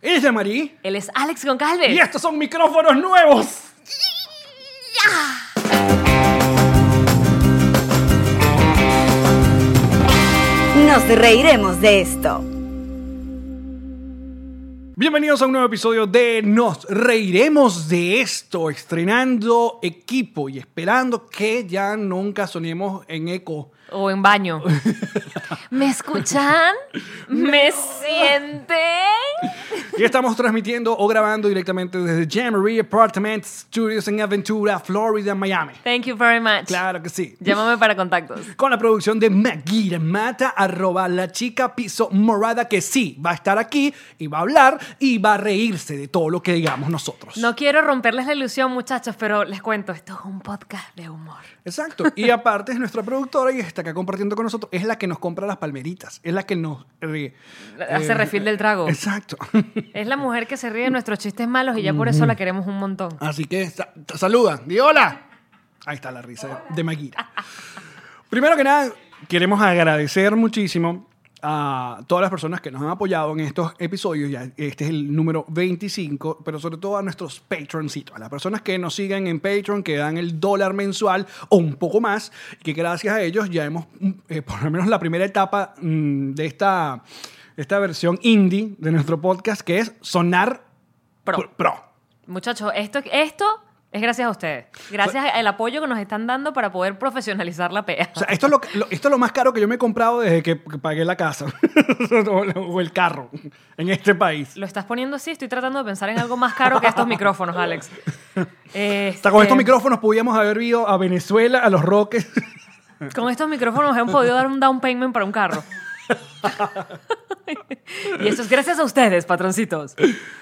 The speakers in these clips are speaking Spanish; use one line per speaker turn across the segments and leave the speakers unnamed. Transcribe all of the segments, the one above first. Ella Marí.
Él es Alex Goncalves.
Y estos son micrófonos nuevos.
Nos reiremos de esto.
Bienvenidos a un nuevo episodio de Nos Reiremos de esto, estrenando equipo y esperando que ya nunca sonemos en eco.
O en baño. ¿Me escuchan? ¿Me sienten?
Y estamos transmitiendo o grabando directamente desde Jamboree Apartment Studios en Aventura, Florida, Miami.
Thank you very much.
Claro que sí.
Llámame para contactos.
Con la producción de Maguire Mata, arroba la chica piso morada, que sí, va a estar aquí y va a hablar y va a reírse de todo lo que digamos nosotros.
No quiero romperles la ilusión, muchachos, pero les cuento, esto es un podcast de humor.
Exacto. Y aparte es nuestra productora y está acá compartiendo con nosotros. Es la que nos compra las palmeritas. Es la que nos... eh,
Hace
eh,
refil del trago.
Exacto.
Es la mujer que se ríe de nuestros chistes malos y ya por eso la queremos un montón.
Así que sa- te saluda. Di hola. Ahí está la risa de Maguira. Primero que nada, queremos agradecer muchísimo a todas las personas que nos han apoyado en estos episodios. Ya este es el número 25, pero sobre todo a nuestros patroncitos, a las personas que nos siguen en Patreon, que dan el dólar mensual o un poco más, que gracias a ellos ya hemos, mm, eh, por lo menos la primera etapa mm, de esta, esta versión indie de nuestro podcast, que es Sonar
Pro.
Pro.
Muchachos, esto, esto es gracias a ustedes. Gracias al apoyo que nos están dando para poder profesionalizar la PEA.
O sea, esto es, lo, que- lo- esto es lo más caro que yo me he comprado desde que p- pagué la casa o, o el carro en este país.
Lo estás poniendo así, estoy tratando de pensar en algo más caro que estos micrófonos, Alex.
O sea, con
Este,
estos micrófonos podíamos haber ido a Venezuela, a los Roques.
Con estos micrófonos han podido dar un down payment para un carro. y eso es gracias a ustedes, patroncitos.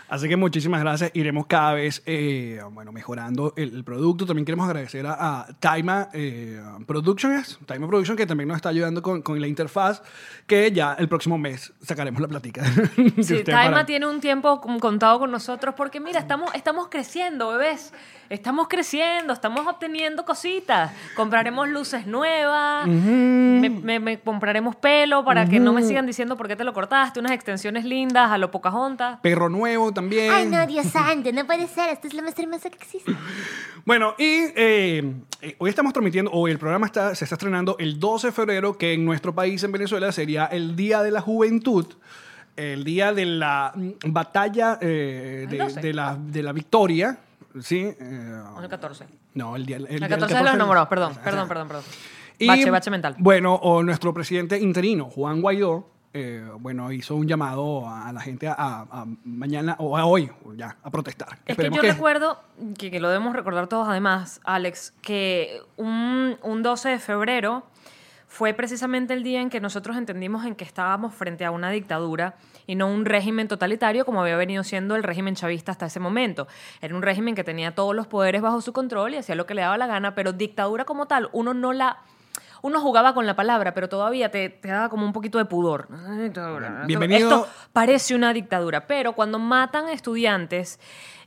Así que muchísimas gracias. Iremos cada vez eh, bueno, mejorando el, el producto. También queremos agradecer a, a Taima eh, Productions, Taima Production, que también nos está ayudando con, con la interfaz, que ya el próximo mes sacaremos la platica. de
Sí,
usted
Taima
para-
tiene un tiempo como contado con nosotros porque mira, estamos, estamos creciendo, bebés. Estamos creciendo, estamos obteniendo cositas. Compraremos luces nuevas, me, me- me compraremos pelo para que no me sigan diciendo por qué te lo cortaste, unas extensiones lindas a lo Pocahontas.
Perro nuevo también.
Ay, no, Mm. Dios santo, no puede ser. Esta es la más hermosa que existe.
Bueno, y eh, eh, hoy estamos transmitiendo, hoy el programa está, se está estrenando el 12 de febrero, que en nuestro país, en Venezuela, sería el Día de la Juventud, el Día de la mm, batalla, eh,
El
de,
12.
de la, de la victoria, ¿sí? Eh,
El 14.
no, el día el, día
El
del
14 de los
14.
enamorados, perdón,
Ajá.
perdón, perdón, perdón.
Y,
Bache, bache mental.
Bueno, o nuestro presidente interino, Juan Guaidó, eh, bueno, hizo un llamado a la gente a, a mañana o a hoy, ya, a protestar.
Es que yo recuerdo, que, que lo debemos recordar todos además, Alex, que un, un 12 de febrero fue precisamente el día en que nosotros entendimos en que estábamos frente a una dictadura y no un régimen totalitario como había venido siendo el régimen chavista hasta ese momento. Era un régimen que tenía todos los poderes bajo su control y hacía lo que le daba la gana, pero dictadura como tal, uno no la... Uno jugaba con la palabra, pero todavía te, te daba como un poquito de pudor. Ay, dictadura.
Bienvenido-
Esto- parece una dictadura, pero cuando matan estudiantes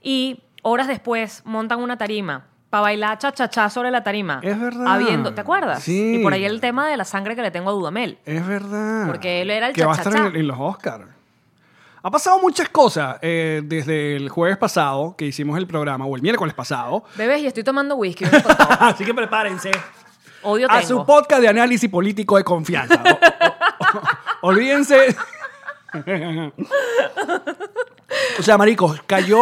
y horas después montan una tarima para bailar cha-cha-cha sobre la tarima.
Es verdad.
Habiendo, ¿te acuerdas?
Sí.
Y por ahí el tema de la sangre que le tengo a Dudamel.
Es verdad.
Porque él era el
Que va a estar
cha-cha-cha.
en, en los Oscars. Ha pasado muchas cosas eh, desde el jueves pasado, que hicimos el programa, o el miércoles pasado.
Bebés, y estoy tomando whisky. uno con todo.
Así que prepárense.
Odio
A
tengo.
su podcast de análisis político de confianza. O- o- o- olvídense. o sea, maricos, cayó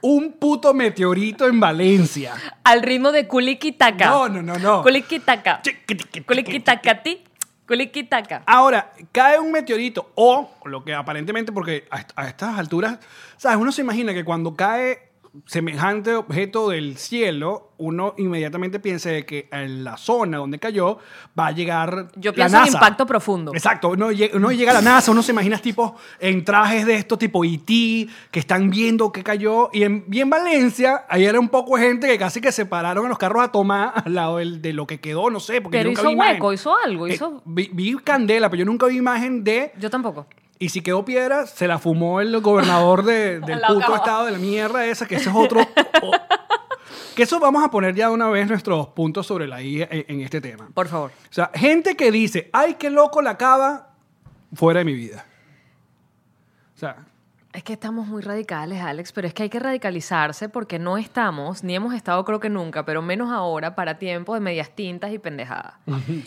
un puto meteorito en Valencia.
Al ritmo de Kulikitaka.
No, no, no, no.
Kulikitaka.
Chiquitiquiti.
Kulikitakati. Kulikitaka.
Ahora, cae un meteorito o lo que aparentemente, porque a, est- a estas alturas, ¿sabes? Uno se imagina que cuando cae semejante objeto del cielo, uno inmediatamente piensa de que en la zona donde cayó va a llegar
Yo
la
pienso en
NASA.
impacto profundo.
Exacto, uno, lle- uno llega a la NASA, uno se imagina tipos en trajes de estos tipo IT que están viendo que cayó y en, y en Valencia ayer era un poco de gente que casi que se pararon en los carros a tomar al lado del- de lo que quedó, no sé, porque yo
Pero
nunca
hizo
vi imagen.
hueco, hizo algo,
Eh,
hizo-
vi, vi candela, pero yo nunca vi imagen de.
Yo tampoco.
Y si quedó piedra, se la fumó el gobernador de- del
La
puto
acabó.
estado de la mierda esa, que ese es otro. o- que eso vamos a poner ya de una vez nuestros puntos sobre la I en, en este tema.
Por favor.
O sea, gente que dice, ay, qué loco la cava, fuera de mi vida. O sea,
Es que estamos muy radicales, Alex, pero es que hay que radicalizarse porque no estamos, ni hemos estado creo que nunca, pero menos ahora para tiempo de medias tintas y pendejadas.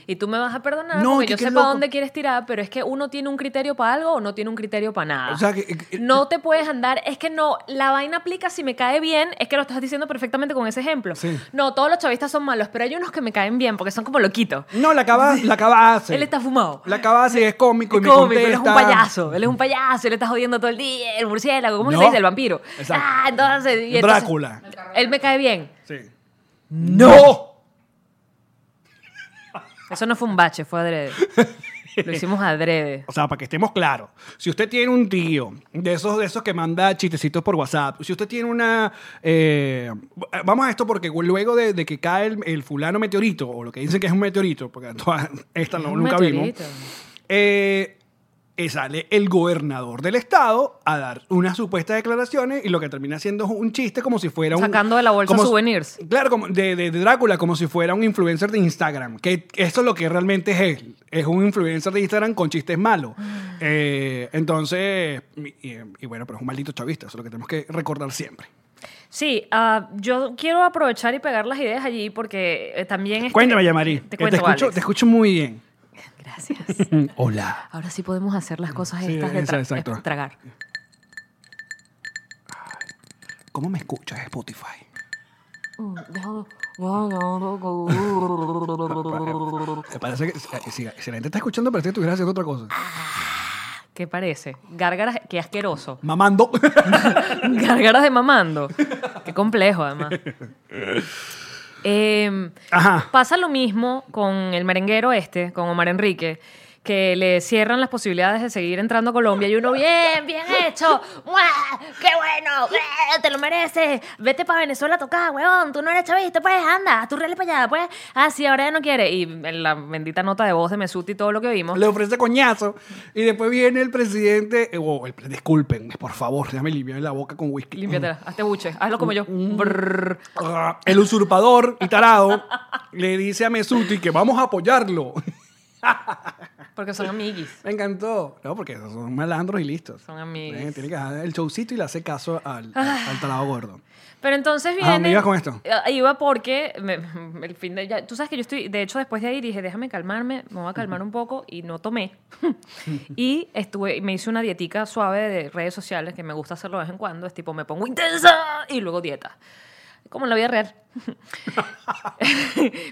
y tú me vas a perdonar
No,
porque
que
yo
qué
sé
loco.
para dónde quieres tirar, pero es que uno tiene un criterio para algo o no tiene un criterio para nada.
O sea, que- eh, que-
no te puedes andar, es que no, la vaina aplica si me cae bien, es que lo estás diciendo perfectamente con ese ejemplo.
Sí.
No, todos los chavistas son malos, pero hay unos que me caen bien porque son como loquitos.
No, la acaba, la acaba hace.
Él está fumado.
La acaba hace, es cómico y me
cómico, él es un
contesta.
payaso, él es un payaso, él está jodiendo todo el día, el murciélago, ¿cómo que
No.
se dice? El vampiro.
Exacto.
Ah, entonces, y entonces-
Drácula.
él me cae bien.
Sí.
¡No! Eso no fue un bache, fue adrede. Lo hicimos adrede.
O sea, para que estemos claros, si usted tiene un tío de esos, de esos que manda chistecitos por WhatsApp, si usted tiene una... eh, vamos a esto porque luego de, de que cae el, el fulano meteorito, o lo que dicen que es un meteorito, porque todas estas no,
Un
nunca
meteorito.
vimos, eh, eh, sale el gobernador del estado a dar unas supuestas declaraciones y lo que termina siendo es un chiste como si fuera un...
Sacando de la bolsa
como si-
souvenirs.
Claro, como de, de- de Drácula, como si fuera un influencer de Instagram. Que eso es lo que realmente es él. Es un influencer de Instagram con chistes malos.
Ah.
Eh, entonces, y, y- y bueno, pero es un maldito chavista. Eso es lo que tenemos que recordar siempre.
Sí, ah, yo quiero aprovechar y pegar las ideas allí porque eh, también... este-
Cuéntame, Yamari. Te,
Te cuento,
escucho,
Alex.
te escucho muy bien.
Gracias.
Hola.
Ahora sí podemos hacer las cosas
Sí,
estas de,
esa-
tra-
exacto.
de tragar.
¿Cómo me escuchas, Spotify? Me parece que eh, si, si la gente está escuchando, parece que estuvieras haciendo otra cosa.
¿Qué parece? Gárgaras, qué asqueroso.
Mamando.
Gárgaras de mamando. Qué complejo, además. Em,
Ajá.
Pasa lo mismo con el merenguero este, con Omar Enrique, que le cierran las posibilidades de seguir entrando a Colombia y uno, bien, bien hecho, ¡Mua! qué bueno, ¡Eh! te lo mereces, vete para Venezuela a tocar, huevón, tú no eres chavista, pues anda, tú reales para allá, pues, ah, sí, ahora ya no quiere. Y en la bendita nota de voz de Mesuti y todo lo que oímos.
le ofrece coñazo y después viene el presidente eh, o el pre- discúlpenme por favor déjame limpiar la boca con whisky
Límpiatela, hazte buche, hazlo como yo. Brrr.
Ah, el usurpador y tarado le dice a Mesuti que vamos a apoyarlo
porque son amiguis.
me encantó no porque son malandros y listos
Son Ah. amiguis.
Eh, tiene que dejar el showcito y le hace caso al, al tarado gordo
Pero entonces viene.
Ajá, ¿dónde ibas con esto?
Eh, Iba porque me- el fin de ya- tú sabes que yo estoy, de hecho después de ahí dije, déjame calmarme, me voy a calmar un poco y no tomé. y estuve me hice una dietica suave de redes sociales que me gusta hacerlo de vez en cuando, es tipo me pongo intensa y luego dieta. Como en la vida real.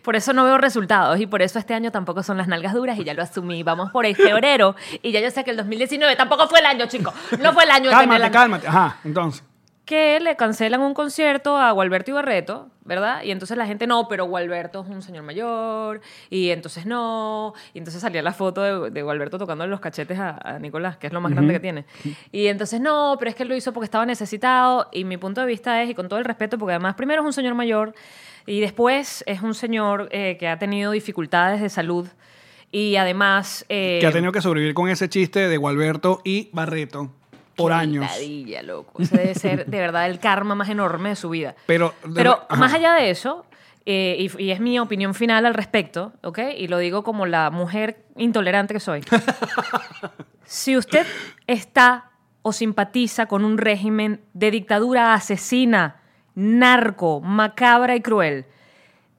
por eso no veo resultados y por eso este año tampoco son las nalgas duras y ya lo asumí. Vamos por el febrero y ya yo sé que el 2019 tampoco fue el año, chicos. No fue el año. de tener
cálmate
las-
cálmate ajá entonces
que le cancelan un concierto a Gualberto Ibarreto, ¿verdad? Y entonces la gente, no, pero Gualberto es un señor mayor, y entonces no, y entonces salía la foto de, de Gualberto tocándole los cachetes a, a Nicolás, que es lo más grande que tiene. Y entonces no, pero es que él lo hizo porque estaba necesitado, y mi punto de vista es, y con todo el respeto, porque además primero es un señor mayor, y después es un señor eh, que ha tenido dificultades de salud, y además... eh,
que ha tenido que sobrevivir con ese chiste de Gualberto y Barreto por
qué
años
ladilla, loco. Ese debe ser de verdad el karma más enorme de su vida.
Pero-
Pero
ajá.
más allá de eso, eh, y, y es mi opinión final al respecto, ¿ok? Y lo digo como la mujer intolerante que soy. si usted está o simpatiza con un régimen de dictadura asesina, narco, macabra y cruel,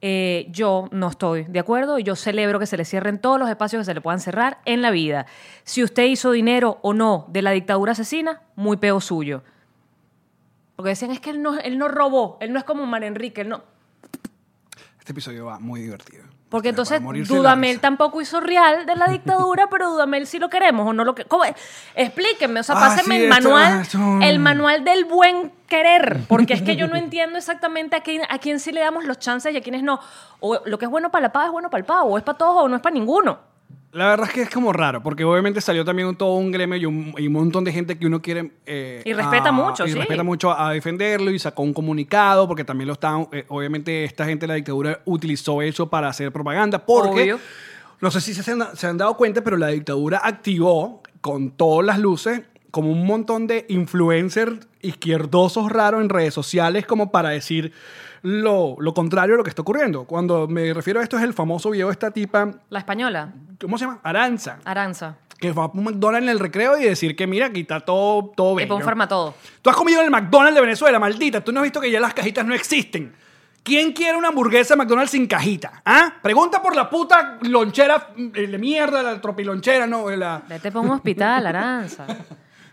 eh, yo no estoy de acuerdo y yo celebro que se le cierren todos los espacios que se le puedan cerrar en la vida. Si usted hizo dinero o no de la dictadura asesina, muy peo suyo. Porque decían, es que él no, él no robó, él no es como Mar Enrique, él no.
este episodio va muy divertido Ustedes van a
Porque entonces
morirse de la
Dudamel
risa.
tampoco hizo real de la dictadura, pero Dudamel sí lo queremos o no lo queremos. Explíquenme, o sea,
Ah,
pásenme
sí,
el
esto-
manual,
ah, esto-
el manual del buen querer, porque es que yo no entiendo exactamente a quién, a quién sí le damos los chances y a quiénes no. O lo que es bueno para la paz es bueno para el pavo, o es para todos o no es para ninguno.
La verdad es que es como raro, porque obviamente salió también un- todo un gremio y un, y un montón de gente que uno quiere... eh,
Y respeta
a-
mucho,
y
sí.
respeta mucho a defenderlo y sacó un comunicado, porque también lo están... eh, obviamente esta gente de la dictadura utilizó eso para hacer propaganda, porque...
Obvio.
No sé si se han, se han dado cuenta, pero la dictadura activó con todas las luces como un montón de influencers izquierdosos raros en redes sociales como para decir lo, lo contrario a lo que está ocurriendo. Cuando me refiero a esto es el famoso video de esta tipa,
La española,
¿cómo se llama? Aranza.
Aranza.
que va a un McDonald's en el recreo y decir que mira, aquí está todo, todo
Y
bello.
pon forma a todo.
Tú has comido en el McDonald's de Venezuela, maldita. Tú no has visto que ya las cajitas no existen. ¿Quién quiere una hamburguesa de McDonald's sin cajita? ¿Ah? Pregunta por la puta lonchera eh, de mierda, la tropilonchera, no, la...
Vete para un hospital, Aranza.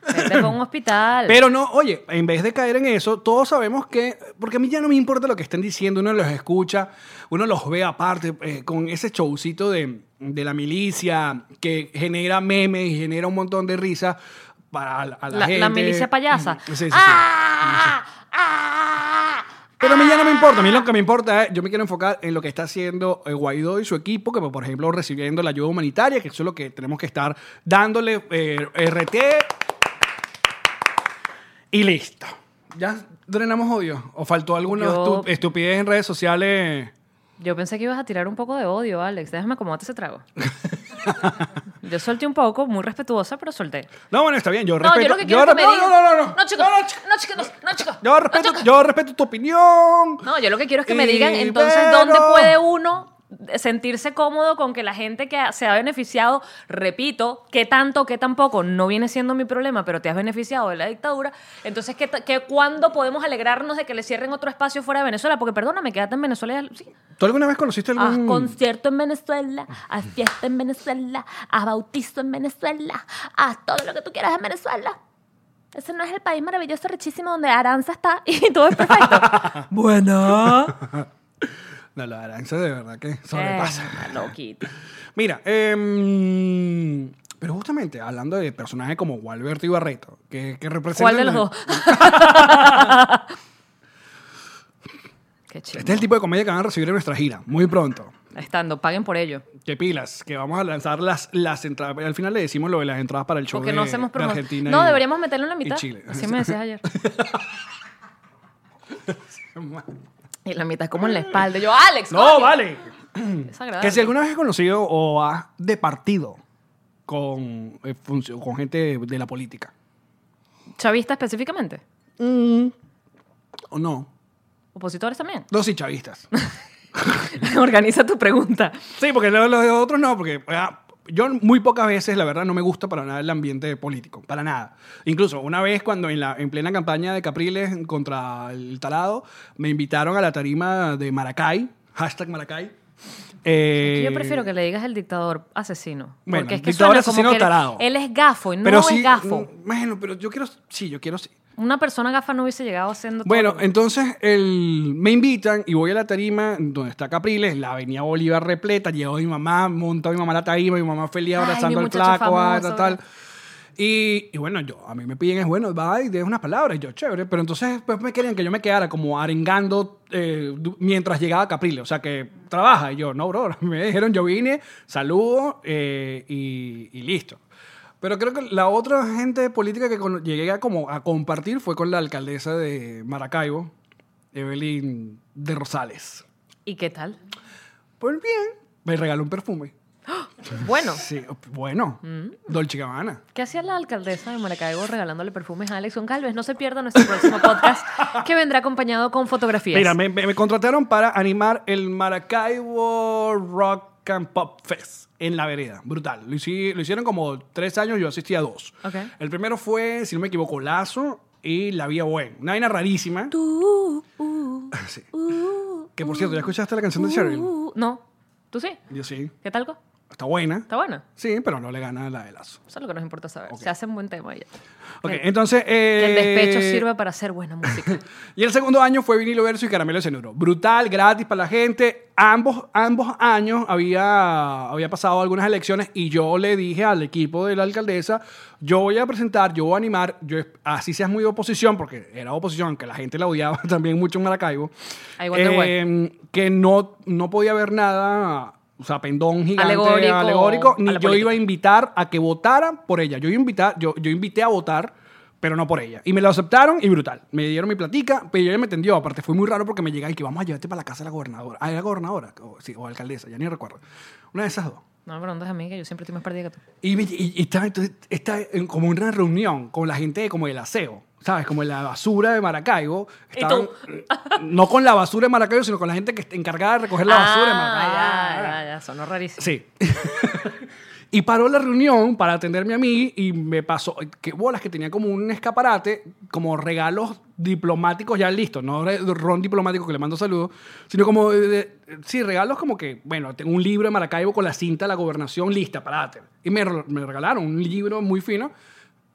Vete para un hospital.
Pero no, oye, en vez de caer en eso, todos sabemos que, porque a mí ya no me importa lo que estén diciendo, uno los escucha, uno los ve aparte, eh, con ese showcito de, de la milicia que genera memes y genera un montón de risa para la, a la
la, la
gente.
milicia payasa.
Sí, sí, sí.
¡Ah! ¡Ah!
Pero a mí ya no me importa, a mí lo que me importa es, yo me quiero enfocar en lo que está haciendo eh, Guaidó y su equipo, que por ejemplo recibiendo la ayuda humanitaria, que eso es lo que tenemos que estar dándole eh, RT y listo. ¿Ya drenamos odio? ¿O faltó alguna
Yo-
estu- estupidez en redes sociales?
Yo pensé que ibas a tirar un poco de odio, Alex. Déjame acomodarte ese trago. yo solté un poco, muy respetuosa, pero solté.
No, bueno, está bien, yo
No,
respeto...
yo lo que quiero es
re-
que me
no,
digan.
no, no, no, no.
chicos.
No, no,
No,
ch-
chicos. No, chicos. No, chicos.
Yo respeto, yo respeto tu opinión.
No, yo lo que quiero es que me digan
Y
entonces
bueno.
dónde puede uno sentirse cómodo con que la gente que se ha beneficiado, repito, qué tanto, qué tampoco, no viene siendo mi problema, pero te has beneficiado de la dictadura, entonces ¿qué, ta- qué- cuándo podemos alegrarnos de que le cierren otro espacio fuera de Venezuela? Porque perdóname, quédate en Venezuela, y- sí,
¿Tú alguna vez conociste
haz
algún...?
concierto en Venezuela,
Venezuela, haz fiesta en Venezuela, haz bautizo en Venezuela, haz todo lo que tú quieras en Venezuela. Ese no es el país maravilloso, richísimo, donde Aranza está y todo es perfecto.
bueno,
No, la aranza de verdad
Eh.
que sobrepasa.
loquita.
Mira, em, pero justamente hablando de personajes como Walberto y Barreto, que, que representan.
¿Cuál de los dos? Qué chido.
Este es el tipo de comedia que van a recibir en nuestra gira, muy pronto.
Estando, paguen por ello.
Que pilas, que vamos a lanzar las, las entradas. Al final le decimos lo de las entradas para el show
Porque
de,
no hacemos
de Argentina.
promoción. No,
y-
deberíamos meterlo en la mitad.
Chile.
Así me decías ayer. Y la mitad es como en la espalda. Y Yo, Alex.
No,
coño".
vale.
Es agradable.
Que si alguna vez has conocido o has departido con, eh, funcio- con gente de la política.
Chavista específicamente.
¿O no?
Opositores también.
Dos y chavistas.
Organiza tu pregunta.
Sí, porque lo- los de otros no, porque ah, yo muy pocas veces, la verdad, no me gusta para nada el ambiente político, para nada. Incluso una vez cuando en, la, en plena campaña de Capriles contra el talado, me invitaron a la tarima de Maracay, hashtag Maracay. Eh,
Yo prefiero que le digas el dictador asesino.
Bueno,
porque es que
dictador
suena como
asesino
que él-
tarado.
Él, es gafo y no
pero
es
sí,
gafo.
mm, Bueno, pero yo quiero, sí, yo quiero sí.
Una persona gafa no hubiese llegado haciendo todo
Bueno,
lo que-
entonces el, me invitan y voy a la tarima donde está Capriles, la avenida Bolívar repleta, llevo a mi mamá, monta a mi mamá la tarima, mi mamá feliz
Ay,
abrazando
mi
al
muchacho
flaco, ah, tal,
famoso.
tal. Y, y bueno, yo, a mí me piden es, bueno, va y de unas palabras, y yo, chévere, pero entonces después me querían que yo me quedara como arengando eh, du- mientras llegaba Capriles, o sea, que trabaja, y yo, no, bro, me dijeron, yo vine, saludo eh, y, y listo. Pero creo que la otra gente política que con- llegué a, como a compartir fue con la alcaldesa de Maracaibo, Evelyn de Rosales.
¿Y qué tal?
Pues bien, me regaló un perfume.
Bueno,
Sí, bueno,
Mm.
Dolce Gabbana.
¿qué hacía la alcaldesa de Maracaibo regalándole perfumes a Alex Goncalves? No se pierda nuestro próximo podcast que vendrá acompañado con fotografías.
Mira, me, me- me contrataron para animar el Maracaibo Rock and Pop Fest en la vereda. Brutal. Lo, hici- lo hicieron como tres años, yo asistí a dos.
Ok.
El primero fue, si no me equivoco, Lazo y La Vía Buen. Una vaina rarísima. Sí. que por cierto, ¿ya escuchaste la canción de Cheryl?
Uh, no, tú sí.
Yo sí.
¿Qué tal? co?
Está buena.
Está bueno.
Sí, pero no le gana la de Lazo.
Eso es lo que nos importa saber. Se hace un buen tema. y ya.
Ok,
Que-
entonces...
que el despecho
eh,
sirve para hacer buena música.
Y el segundo año fue vinilo verso y caramelo de cenuro. Brutal, gratis para la gente. Ambos, ambos años había, había pasado algunas elecciones y yo le dije al equipo de la alcaldesa, yo voy a presentar, yo voy a animar, yo, es- así seas muy oposición, porque era oposición, que la gente la odiaba también mucho en Maracaibo, em,
I wonder why.
que no, no podía haber nada, o sea, pendón gigante alegórico,
Alegórico
ni
a
yo
la política.
iba a invitar a que votaran por ella. Yo, iba a invitar, yo, yo invité a votar, pero no por ella. Y me lo aceptaron y brutal. Me dieron mi platica, pero ella me entendió. Aparte, fue muy raro porque me llega y que vamos a llevarte para la casa de la gobernadora. Ah, era gobernadora, o, sí, o alcaldesa, ya ni recuerdo. Una de esas dos.
No me preguntes a mí, que yo siempre estoy más perdida que tú.
Y, me- y- y estaba, entonces, estaba en como una reunión con la gente de como del aseo, ¿sabes? Como de la basura de Maracaibo.
¿Y
Estaban-
tú?
no con la basura de Maracaibo, sino Ah, con la gente que está encargada de recoger la basura de Maracaibo.
Ah, ya, ya, ya. Sonó rarísimo.
Sí. Y paró la reunión para atenderme a mí y me pasó, que bolas, que tenía como un escaparate, como regalos diplomáticos ya listos, no re- ron diplomático que le mando saludos, sino como, de- de- sí, regalos como que, bueno, tengo un libro de Maracaibo con la cinta de la gobernación lista, parate. Y me, re- me regalaron un libro muy fino,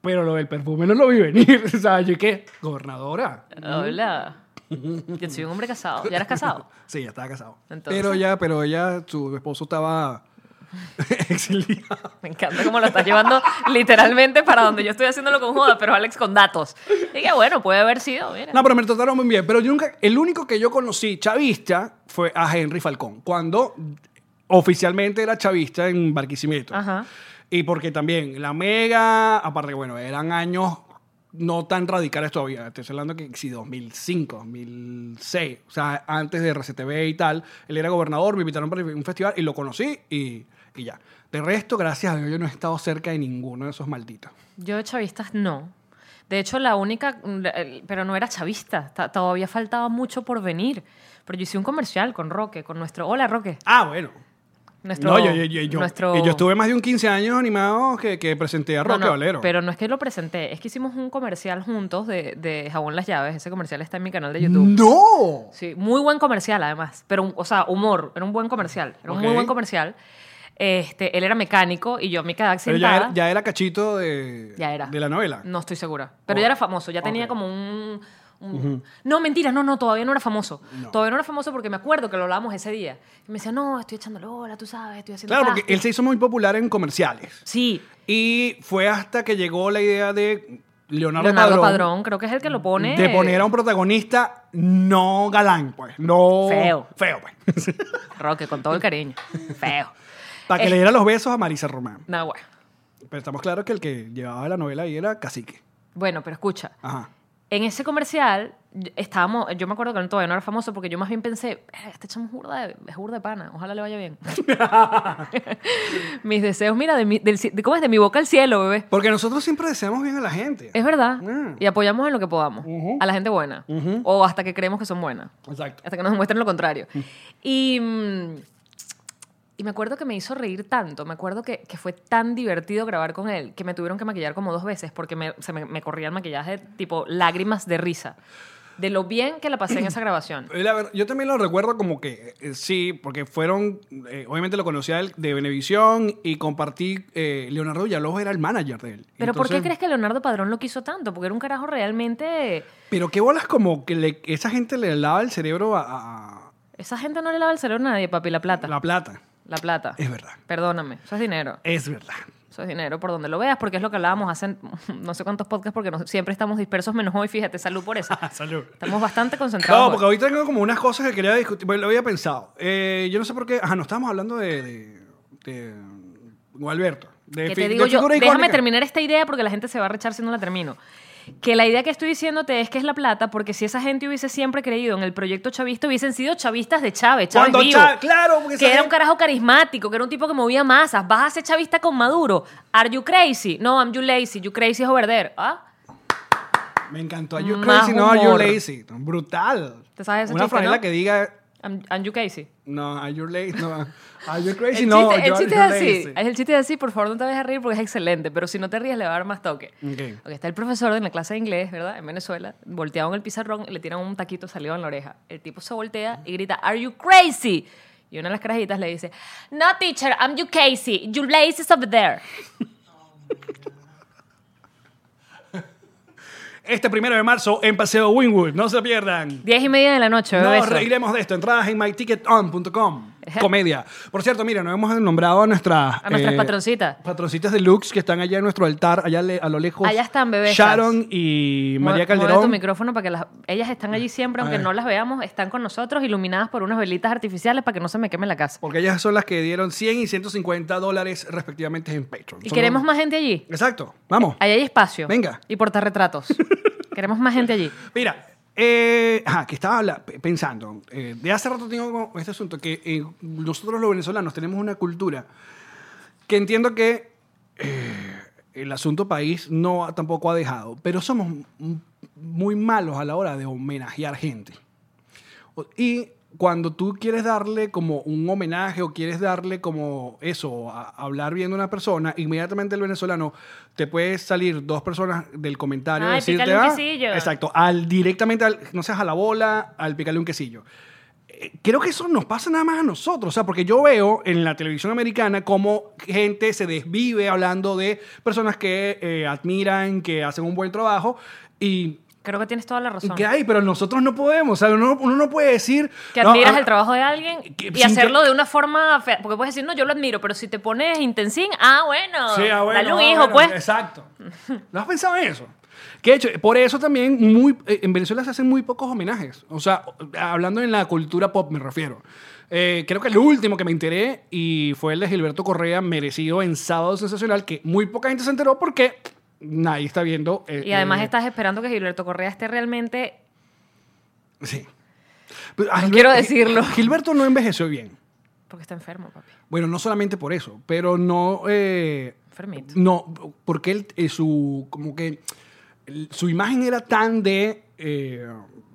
pero lo del perfume no lo vi venir. o sea, yo qué, gobernadora.
Hola. Yo soy un hombre casado. ¿Ya eras casado?
Sí, ya estaba casado.
Entonces.
Pero ya, pero ella, su esposo estaba exiliado.
Me encanta cómo lo estás llevando literalmente para donde yo estoy haciéndolo con joda, pero Alex con datos. Y que bueno, puede haber sido, mira.
No, pero me trataron muy bien. Pero yo nunca, el único que yo conocí chavista fue a Henry Falcón, cuando oficialmente era chavista en Barquisimeto.
Ajá.
Y porque también la mega, aparte, bueno, eran años no tan radicales todavía. Estoy hablando que si 2005, 2006, o sea, antes de RCTV y tal, él era gobernador, me invitaron para un festival y lo conocí y, y ya. De resto, gracias a Dios, yo no he estado cerca de ninguno de esos malditos.
Yo de chavistas no. De hecho, la única, la- el- pero no era chavista, ta- todavía faltaba mucho por venir. Pero yo hice un comercial con Roque, con nuestro... Hola, Roque.
Ah, bueno.
Nuestro,
no, yo, yo, yo- yo-
nuestro-
y yo estuve más de un 15 años animado que, que presenté a
No,
Roque
no,
Valero.
Pero no es que lo presenté, es que hicimos un comercial juntos de, de Jabón Las Llaves. Ese comercial está en mi canal de YouTube.
¡No!
Sí, muy buen comercial además, pero un- o sea, humor, era un buen comercial, era un
Ok.
muy buen comercial. Este, él era mecánico y yo me quedaba
Pero ya
accidentada.
era, ya era cachito de,
Ya era.
de la novela.
No estoy segura, pero ya era famoso, ya tenía
Ok.
como un, un- No, mentira, no, no, todavía no era famoso. Todavía no era famoso porque me acuerdo que lo hablábamos ese día. Y me decía, "No, estoy echándole bola, tú sabes, estoy haciendo
Claro, porque
casting".
él se hizo muy popular en comerciales.
Sí,
Y fue hasta que llegó la idea de Leonardo,
Leonardo Padrón,
Padrón, Mm,
creo que es el que lo pone
de poner a un protagonista no galán, pues. No.
Feo.
Feo, pues.
Roque con todo el cariño. Feo.
Para que
Eh.
le diera los besos a Marisa Román.
Nah, bueno.
Pero estamos claros que el que llevaba la novela ahí era Cacique.
Bueno, pero escucha.
Ajá.
En ese comercial y- estábamos, yo me acuerdo que él todavía no era famoso porque yo más bien pensé, "Eh, este chamo es burda de, es burda de pana, ojalá le vaya bien. Mis deseos, mira, de, mi, del ci- de- ¿cómo es? De mi boca al cielo, bebé.
Porque nosotros siempre deseamos bien a la gente.
Es verdad.
Mm.
Y apoyamos en lo que podamos.
Ujú.
A la gente buena. O hasta que creemos que son buenas.
Exacto.
Hasta que nos demuestren lo contrario. Y, mm, y me acuerdo que me hizo reír tanto, me acuerdo que, que fue tan divertido grabar con él, que me tuvieron que maquillar como dos veces porque me, se me, me corría el maquillaje tipo lágrimas de risa. De lo bien que la pasé en esa grabación.
Eh, la ver- yo también lo recuerdo como que eh, sí, porque fueron, eh, obviamente lo conocía él de Benevisión y compartí, eh, Leonardo Villalobos era el manager de él.
Pero ¿por qué
Entonces-
crees que Leonardo Padrón lo quiso tanto? Porque era un carajo realmente...
Pero qué bolas como que le- esa gente le lava el cerebro a, a-
Esa gente no le lava el cerebro a nadie, papi, la
a
plata.
la plata.
La plata.
Es verdad.
Perdóname, eso es dinero.
Es verdad.
Eso es dinero por donde lo veas, porque es lo que hablábamos hace no sé cuántos podcasts, porque no- siempre estamos dispersos, menos hoy, fíjate, salud por eso.
Salud.
Estamos bastante concentrados.
No, Ah, porque
hoy.
ahorita tengo como unas cosas que quería discutir. Bueno, lo había pensado. Eh, yo no sé por qué. Ajá, no estábamos hablando de. de, de Gualberto. De
Que
fi-
te
de
digo yo,
figura
déjame
icónica.
terminar esta idea porque la gente se va a rechar si no la termino. Que la idea que estoy diciéndote es que es la plata, porque si esa gente hubiese siempre creído en el proyecto chavista, hubiesen sido chavistas de Chávez, Chávez
Cuando
vivo.
Chá- claro, porque
que
esa
era un
gente-
carajo carismático, que era un tipo que movía masas. Vas a ser chavista con Maduro. Are you crazy? No, I'm you lazy. You crazy es overder. ¿Ah?
Me encantó. Are you
Más
crazy? No, are you
humor.
lazy. Brutal.
¿Te sabes ese
Una
chiste,
franela
no?
que diga.
I'm, I'm you crazy.
No, are you lazy? No, are you crazy?
El
no,
chiste, el
you-
chiste es
you're
así.
lazy.
Es el chiste es así, por favor, no te vayas a reír porque es excelente, pero si no te ríes le va a dar más toque.
Ok.
Ok, está el profesor en la clase de inglés, ¿verdad? En Venezuela, volteado en el pizarrón, le tiran un taquito salido en la oreja. El tipo se voltea y grita, "Are you crazy?" Y una de las carajitas le dice, "No, teacher, I'm you crazy. You lazy is over there."
Este primero de marzo en Paseo Winwood. No se pierdan.
Diez y media de la noche, bebé.
Nos reiremos de esto. Entradas en myticketon.com. Comedia. Por cierto, mira, no hemos nombrado a eh, nuestras...
A nuestras patroncitas.
Patroncitas deluxe que están allá en nuestro altar, allá le- a lo lejos.
Allá están, bebesas.
Sharon y María
Mueve- mueve tu
Calderón.
micrófono para que las, ellas están allí siempre, aunque
ver.
no las veamos, están con nosotros, iluminadas por unas velitas artificiales para que no se me queme la casa.
Porque ellas son las que dieron 100 y 150 dólares respectivamente en Patreon.
Y
Son-
queremos más gente allí.
Exacto. Vamos.
Ahí hay espacio.
Venga.
Y portarretratos. Queremos más gente allí.
Mira, eh, ajá, que estaba habla- pe- pensando, eh, de hace rato tengo como este asunto, que eh, nosotros los venezolanos tenemos una cultura que entiendo que eh, el asunto país no ha- tampoco ha dejado, pero somos m- muy malos a la hora de homenajear gente. O- Y cuando tú quieres darle como un homenaje o quieres darle como eso, a- hablar bien de una persona, inmediatamente el venezolano te puede salir dos personas del comentario
Ay,
decirte,
pícale un
"Ah",
quesillo.
exacto, al directamente al, no seas a la bola, al picarle un quesillo. Eh, Creo que eso nos pasa nada más a nosotros, o sea, porque yo veo en la televisión americana cómo gente se desvive hablando de personas que eh, admiran, que hacen un buen trabajo y
Creo que tienes toda la razón.
que hay, pero nosotros no podemos, o sea, uno, uno no puede decir
Que
"No,
admiras
a-
el trabajo de alguien
que-
y
sin
hacerlo
que-
de una forma fea. Porque puedes decir, no, yo lo admiro, pero si te pones intensín, ah, bueno,
Sí, ah, bueno,
dale un
ah,
hijo,
bueno,
pues.
Exacto. ¿No has pensado en eso? Que de hecho, por eso también muy, eh, en Venezuela se hacen muy pocos homenajes. O sea, hablando en la cultura pop, me refiero. Eh, creo que el último que me enteré y fue el de Gilberto Correa, merecido en Sábado Sensacional, que muy poca gente se enteró porque nadie está viendo. eh,
Y además
eh,
estás esperando que Gilberto Correa esté realmente...
Sí. Pero a Gilber-
quiero decirlo.
Gilberto no envejeció bien.
Porque está enfermo, papi.
Bueno, no solamente por eso, pero no. eh,
Enfermito.
no, porque él, eh, su. Como que. el- Su imagen era tan de. eh,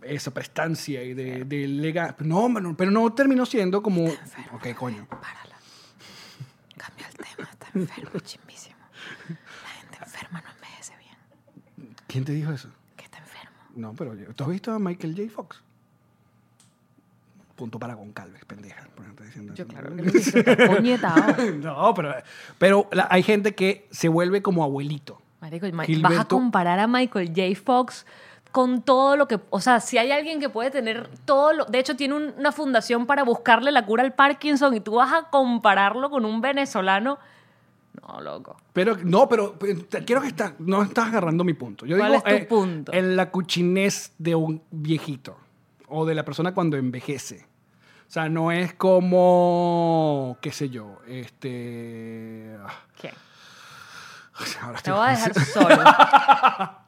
esa prestancia y de, de lega- No, hombre, no, pero no terminó siendo como. Ok, coño.
Cambia el tema, está enfermo, chimbísimo. La gente enferma no envejece bien.
¿Quién te dijo eso?
Que está enfermo.
No, pero yo- ¿tú has visto a Michael J. Fox? Punto para Goncalves, pendeja. por ejemplo, diciendo eso.
Puñetado.
No, pero, pero la- hay gente que se vuelve como abuelito.
Marico, ma- vas a
Gilberto-
comparar a Michael J. Fox con todo lo que... O sea, si hay alguien que puede tener todo lo... De hecho, tiene un- una fundación para buscarle la cura al Parkinson y tú vas a compararlo con un venezolano. No, loco.
Pero no, pero pero, te- quiero que está- no estás agarrando mi punto. Yo
¿Cuál
digo, eh,
es tu punto?
En la cuchinez de un viejito o de la persona cuando envejece. O sea, no es como, qué sé yo, este... ah,
¿Quién?
Ahora
Te
estoy-
voy a dejar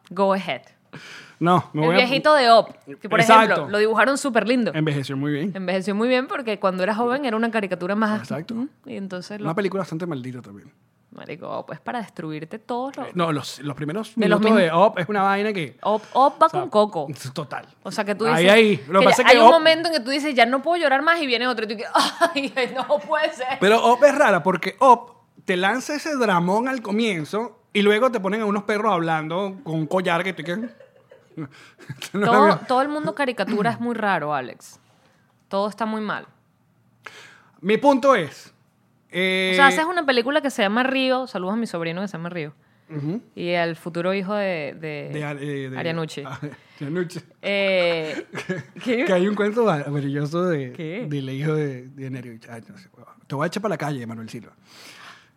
solo. Go ahead.
No, me
El
voy a-
viejito de Op, que por
Exacto. Em
ejemplo, lo dibujaron súper lindo.
Envejeció muy bien.
Envejeció muy bien porque cuando era joven era una caricatura más...
Exacto.
Y entonces, lo,
Una película bastante maldita también.
marico, Op es para destruirte todo lo...
No, los, los primeros
De los
minutos de
mismos-
Up es una vaina que...
Op, Op va
o sea,
con coco.
Total.
O sea, que tú dices...
Ahí, ahí. Lo que
ya-
pasa es
hay
que
un
Up-
momento en que tú dices, ya no puedo llorar más, y viene otro. Y tú que, ay, no puede ser.
Pero Op es rara porque Op te lanza ese dramón al comienzo y luego te ponen a unos perros hablando con un collar que te quedan.
todo, todo el mundo caricatura es muy raro, Alex. Todo está muy mal.
Mi punto es. eh,
O sea, haces una película que se llama Río. Saludos a mi sobrino que se llama Río.
ujú,
Y al futuro hijo de, de,
de Ar- eh, de-
Arianucci.
Arianucci.
Eh, ¿qué?
Que hay un cuento maravilloso de,
¿Qué?
del hijo de, de Nerio. Ay, no sé, Te voy a echar para la calle, Manuel Silva.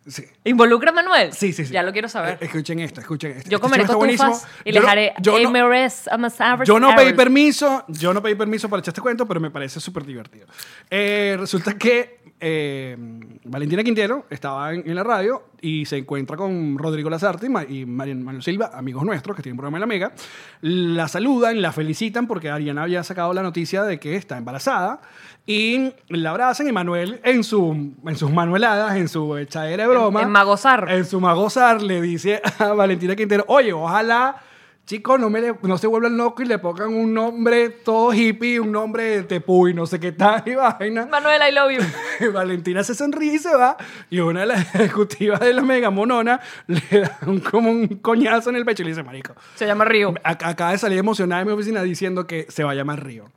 Sí.
¿Involucra a Manuel?
Sí, sí, sí.
Ya lo quiero saber.
Eh, escuchen esto, escuchen esto.
yo
Este
comeré
chiste está
costufas
buenísimo.
y
Yo
les
no-
haré
yo no-
MRS, I'm a savage
Yo no pedí
arrow.
permiso, yo no pedí permiso para echar este cuento, pero me parece súper divertido. Eh, resulta que eh, Valentina Quintero estaba en, en la radio y se encuentra con Rodrigo Lazarte y, Ma- y Marian- Manuel Silva, amigos nuestros que tienen programa en la Mega. La saludan, la felicitan porque Ariana había sacado la noticia de que está embarazada y la abrazan y Manuel en, su, en sus manueladas, en su echadera de broma. Eh.
en magozar.
En su magozar le dice a Valentina Quintero, oye, ojalá, chicos, no, me le- no se vuelvan locos y le pongan un nombre todo hippie, un nombre de tepuy, no sé qué tal y vaina.
Manuel, I love you.
Y Valentina se sonríe y se va. Y una de las ejecutivas de la mega monona le da un- como un coñazo en el pecho y le dice, marico,
Se llama Río.
ac- acaba de salir emocionada de mi oficina diciendo que se va a llamar Río.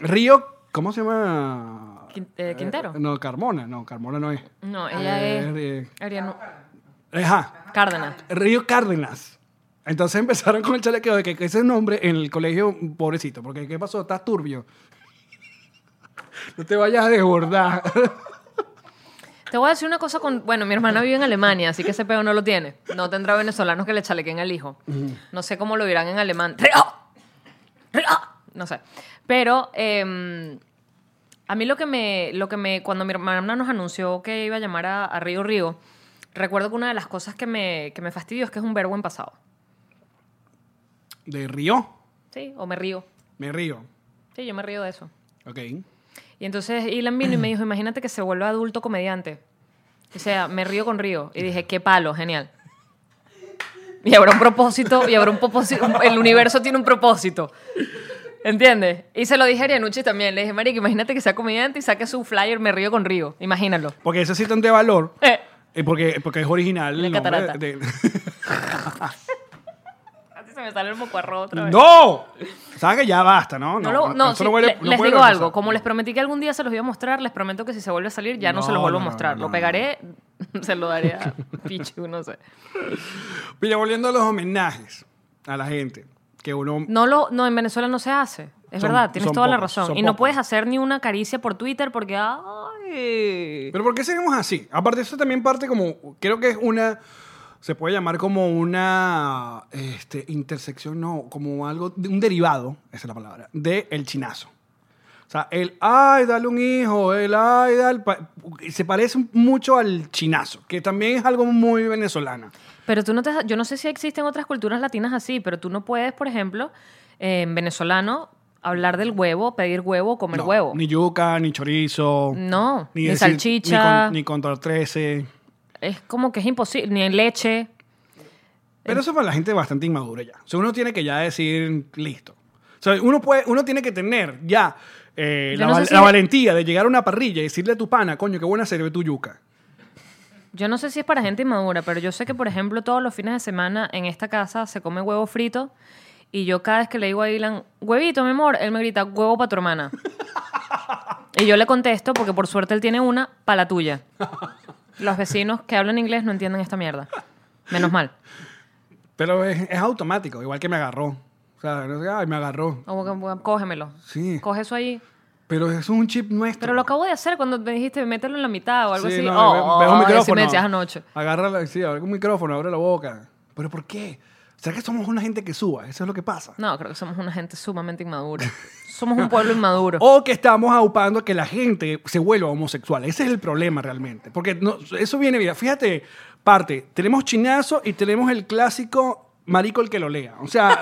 Río, ¿cómo se llama?
Quin- eh, Quintero.
Eh, no, Carmona, no, Carmona no es.
No, ella es...
Eh, eh,
Ariano
Ajá.
Cárdenas.
Río Cárdenas. Entonces empezaron con el chalequeo de que que ese nombre en el colegio, pobrecito, porque ¿qué pasó? Estás turbio. No te vayas a desbordar.
Te voy a decir una cosa con... Bueno, mi hermana vive en Alemania, así que ese pedo no lo tiene. No tendrá venezolanos que le chalequen al hijo. No sé cómo lo dirán en alemán. ¡Río! ¡Río! ah, No sé. Pero em, a mí lo que me... Lo que me cuando mi hermana nos anunció que iba a llamar a, a Río Río, recuerdo que una de las cosas que me, que me fastidió es que es un verbo en pasado.
De Río,
Sí, o me río.
me río.
Sí, yo me río de eso.
Ok.
Y entonces Ilan vino y me dijo, imagínate que se vuelva adulto comediante. O sea, me río con río. Y dije, qué palo, genial. Y habrá un propósito, y habrá un propósito, el universo tiene un propósito. ¿Entiendes? Y se lo dije a Arianucci también. Le dije, marico, imagínate que sea comediante y saque su flyer Me Río con Río. Imagínalo.
Porque ese sí tendría valor.
Eh,
eh, porque, porque es original.
Una
el nombre
catarata.
de- de-
Así se me sale el mocuarro otra vez.
¡No! ¿Sabes que ya basta, no?
No, lo- no,
esto
sí,
huele-
le-
no
les
huele
digo
a
algo.
cosa.
Como les prometí que algún día se los iba a mostrar, les prometo que si se vuelve a salir ya no, se los
No,
vuelvo a
no,
mostrar.
no,
lo
no.
pegaré, se lo daré a Pichu, no sé.
Mira, volviendo a los homenajes a la gente. Que uno.
No, lo, no en Venezuela no se hace. Es
Son-
verdad, tienes
son
toda la
pocos,
razón.
son
Y no
pocos.
puedes hacer ni una caricia por Twitter porque, ay...
Pero ¿por qué seguimos así? Aparte, eso también parte como. Creo que es una. Se puede llamar como una este, intersección, no, como algo, de- un derivado, esa es la palabra, de el chinazo. O sea, el, ay, dale un hijo, el, ay, dale... pa-". Se parece mucho al chinazo, que también es algo muy venezolano.
Pero tú no te... Yo no sé si existen otras culturas latinas así, pero tú no puedes, por ejemplo, en venezolano, hablar del huevo, pedir huevo, comer
No,
huevo.
Ni yuca, ni chorizo.
No, ni
decir-
salchicha.
Ni, con, ni contra 13.
Es como que es imposible. Ni en leche.
Pero eso es para la gente bastante inmadura ya. O sea, uno tiene que ya decir, listo. O sea, uno, puede, uno tiene que tener ya eh, la,
Yo no sé
val-
si
la
es-
valentía de llegar a una parrilla y decirle a tu pana, coño, qué buena se ve tu yuca.
Yo no sé si es para gente inmadura, pero yo sé que, por ejemplo, todos los fines de semana en esta casa se come huevo frito y yo cada vez que le digo a Ilan, huevito, mi amor, él me grita, huevo para tu hermana. y yo le contesto, porque por suerte él tiene una, para la tuya. Los vecinos que hablan inglés no entienden esta mierda. Menos mal.
Pero es, es automático, igual que me agarró. O sea, no sé, ay, me agarró.
Como que, cógemelo.
Sí.
Coge eso ahí.
Pero eso es un chip nuestro.
Pero lo acabo de hacer cuando me dijiste, mételo en la mitad o algo
Sí,
así.
no,
oh,
ve-
oh,
ve
oh,
un
y así
micrófono.
me decías anoche.
Agarra, la- sí, abre un micrófono, abre la boca. ¿Pero por qué? ¿Será que somos una gente que suba? Eso es lo que pasa.
No, creo que somos una gente sumamente inmadura. Somos un pueblo inmaduro.
O que estamos aupando que la gente se vuelva homosexual. Ese es el problema realmente. Porque no- eso viene, mira, fíjate, parte, tenemos chinazo y tenemos el clásico marico el que lo lea. O sea,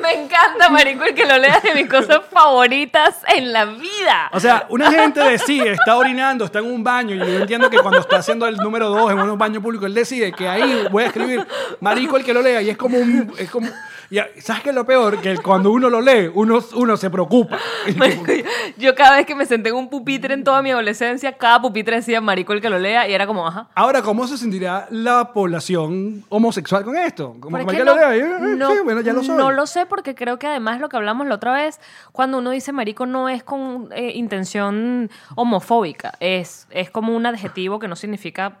Me encanta, marico, el que lo lea de mis cosas favoritas en la vida.
o sea, una gente decide, está orinando, está en un baño, y yo entiendo que cuando está haciendo el número dos en unos baños públicos, él decide que ahí voy a escribir marico el que lo lea. Y es como un... Es como, y, ¿Sabes qué es lo peor? Que cuando uno lo lee, uno, uno se preocupa.
Marico, yo- yo cada vez que me senté en un pupitre en toda mi adolescencia, cada pupitre decía marico el que lo lea y era como, ajá.
Ahora, ¿cómo se sentirá la población homosexual con esto? Como
Pero es
cualquiera
que
lo vea, eh, eh,
no-
sí, bueno, ya lo soy.
no lo sé porque creo que además lo que hablamos la otra vez, cuando uno dice marico no es con eh, intención homofóbica, es, es como un adjetivo que no significa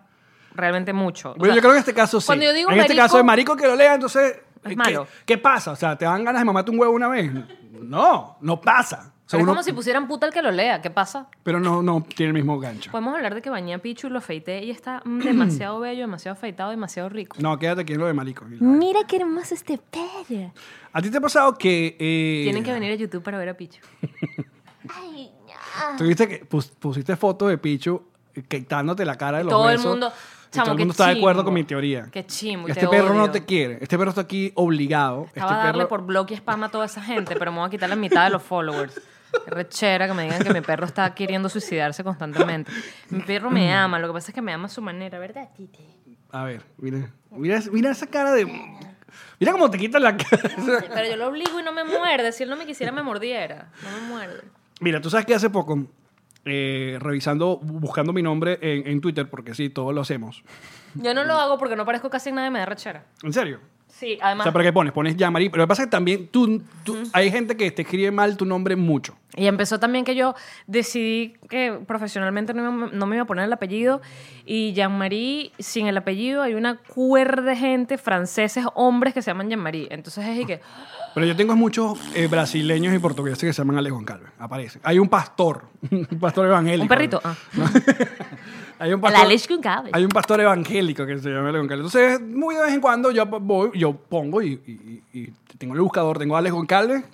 realmente mucho. O
Bueno,
sea,
yo creo que en este caso sí.
cuando yo digo
en este
marico-
caso es marico que lo lea, entonces. ¿qué-
malo.
¿Qué pasa? O sea, ¿te dan ganas de mamarte un huevo una vez? No, no pasa. O sea,
pero es
uno-
como si pusieran puta el que lo lea, ¿qué pasa?
pero no, no tiene el mismo gancho.
Podemos hablar de que bañé a Pichu y lo afeité y está mm, demasiado bello, demasiado afeitado, demasiado rico.
No, quédate aquí en lo de marico.
Mira qué hermoso este pelo.
¿A ti te ha pasado que. eh,
Tienen que venir a YouTube para ver a Pichu.
Ay,
Tuviste que pus- pusiste fotos de Pichu eh, quitándote la cara de los
Todo el
besos,
mundo-
y
chamo,
todo el
qué
mundo está de acuerdo
chimbo.
con mi teoría.
Qué chimbo, y
Este
te
perro no
odio.
te quiere. Este perro está aquí obligado.
Estaba
este
a darle
perro...
por bloque y spam a toda esa gente, pero me voy a quitar la mitad de los followers. Qué Rechera que me digan que mi perro está queriendo suicidarse constantemente. Mi perro me ama, lo que pasa es que me ama a su manera, ¿verdad, Titi?
A ver, mira. Mira, mira esa cara de. Mira cómo te quitan la cara.
Pero yo lo obligo y no me muerde. Si él no me quisiera, me mordiera. No me muerde.
mira, tú sabes que hace poco, eh, revisando, buscando mi nombre en, en Twitter, porque sí, todos lo hacemos.
Yo no lo hago porque no parezco casi nada y me da rechera.
¿En serio?
Sí,
O
además.
sea, ¿para qué pones? Pones ya, Marí. Pero lo que pasa es que también tú, tú- hay gente que te escribe mal tu nombre mucho.
Y empezó también que yo decidí que profesionalmente no, me- no me iba a poner el apellido. Y Jean-Marie, sin el apellido, hay una cuerda de gente, franceses, hombres que se llaman Jean-Marie. Entonces es y que.
Pero yo tengo muchos eh, brasileños y portugueses que se llaman Alex Goncalves. Aparece. Hay un pastor. Un pastor evangélico.
Un perrito. Ah.
Hay un pastor,
Alex Goncalves.
Hay un pastor evangélico que se llama Alex Goncalves. Entonces, muy de vez en cuando yo voy, yo pongo y, y- y tengo el buscador, tengo Alex Goncalves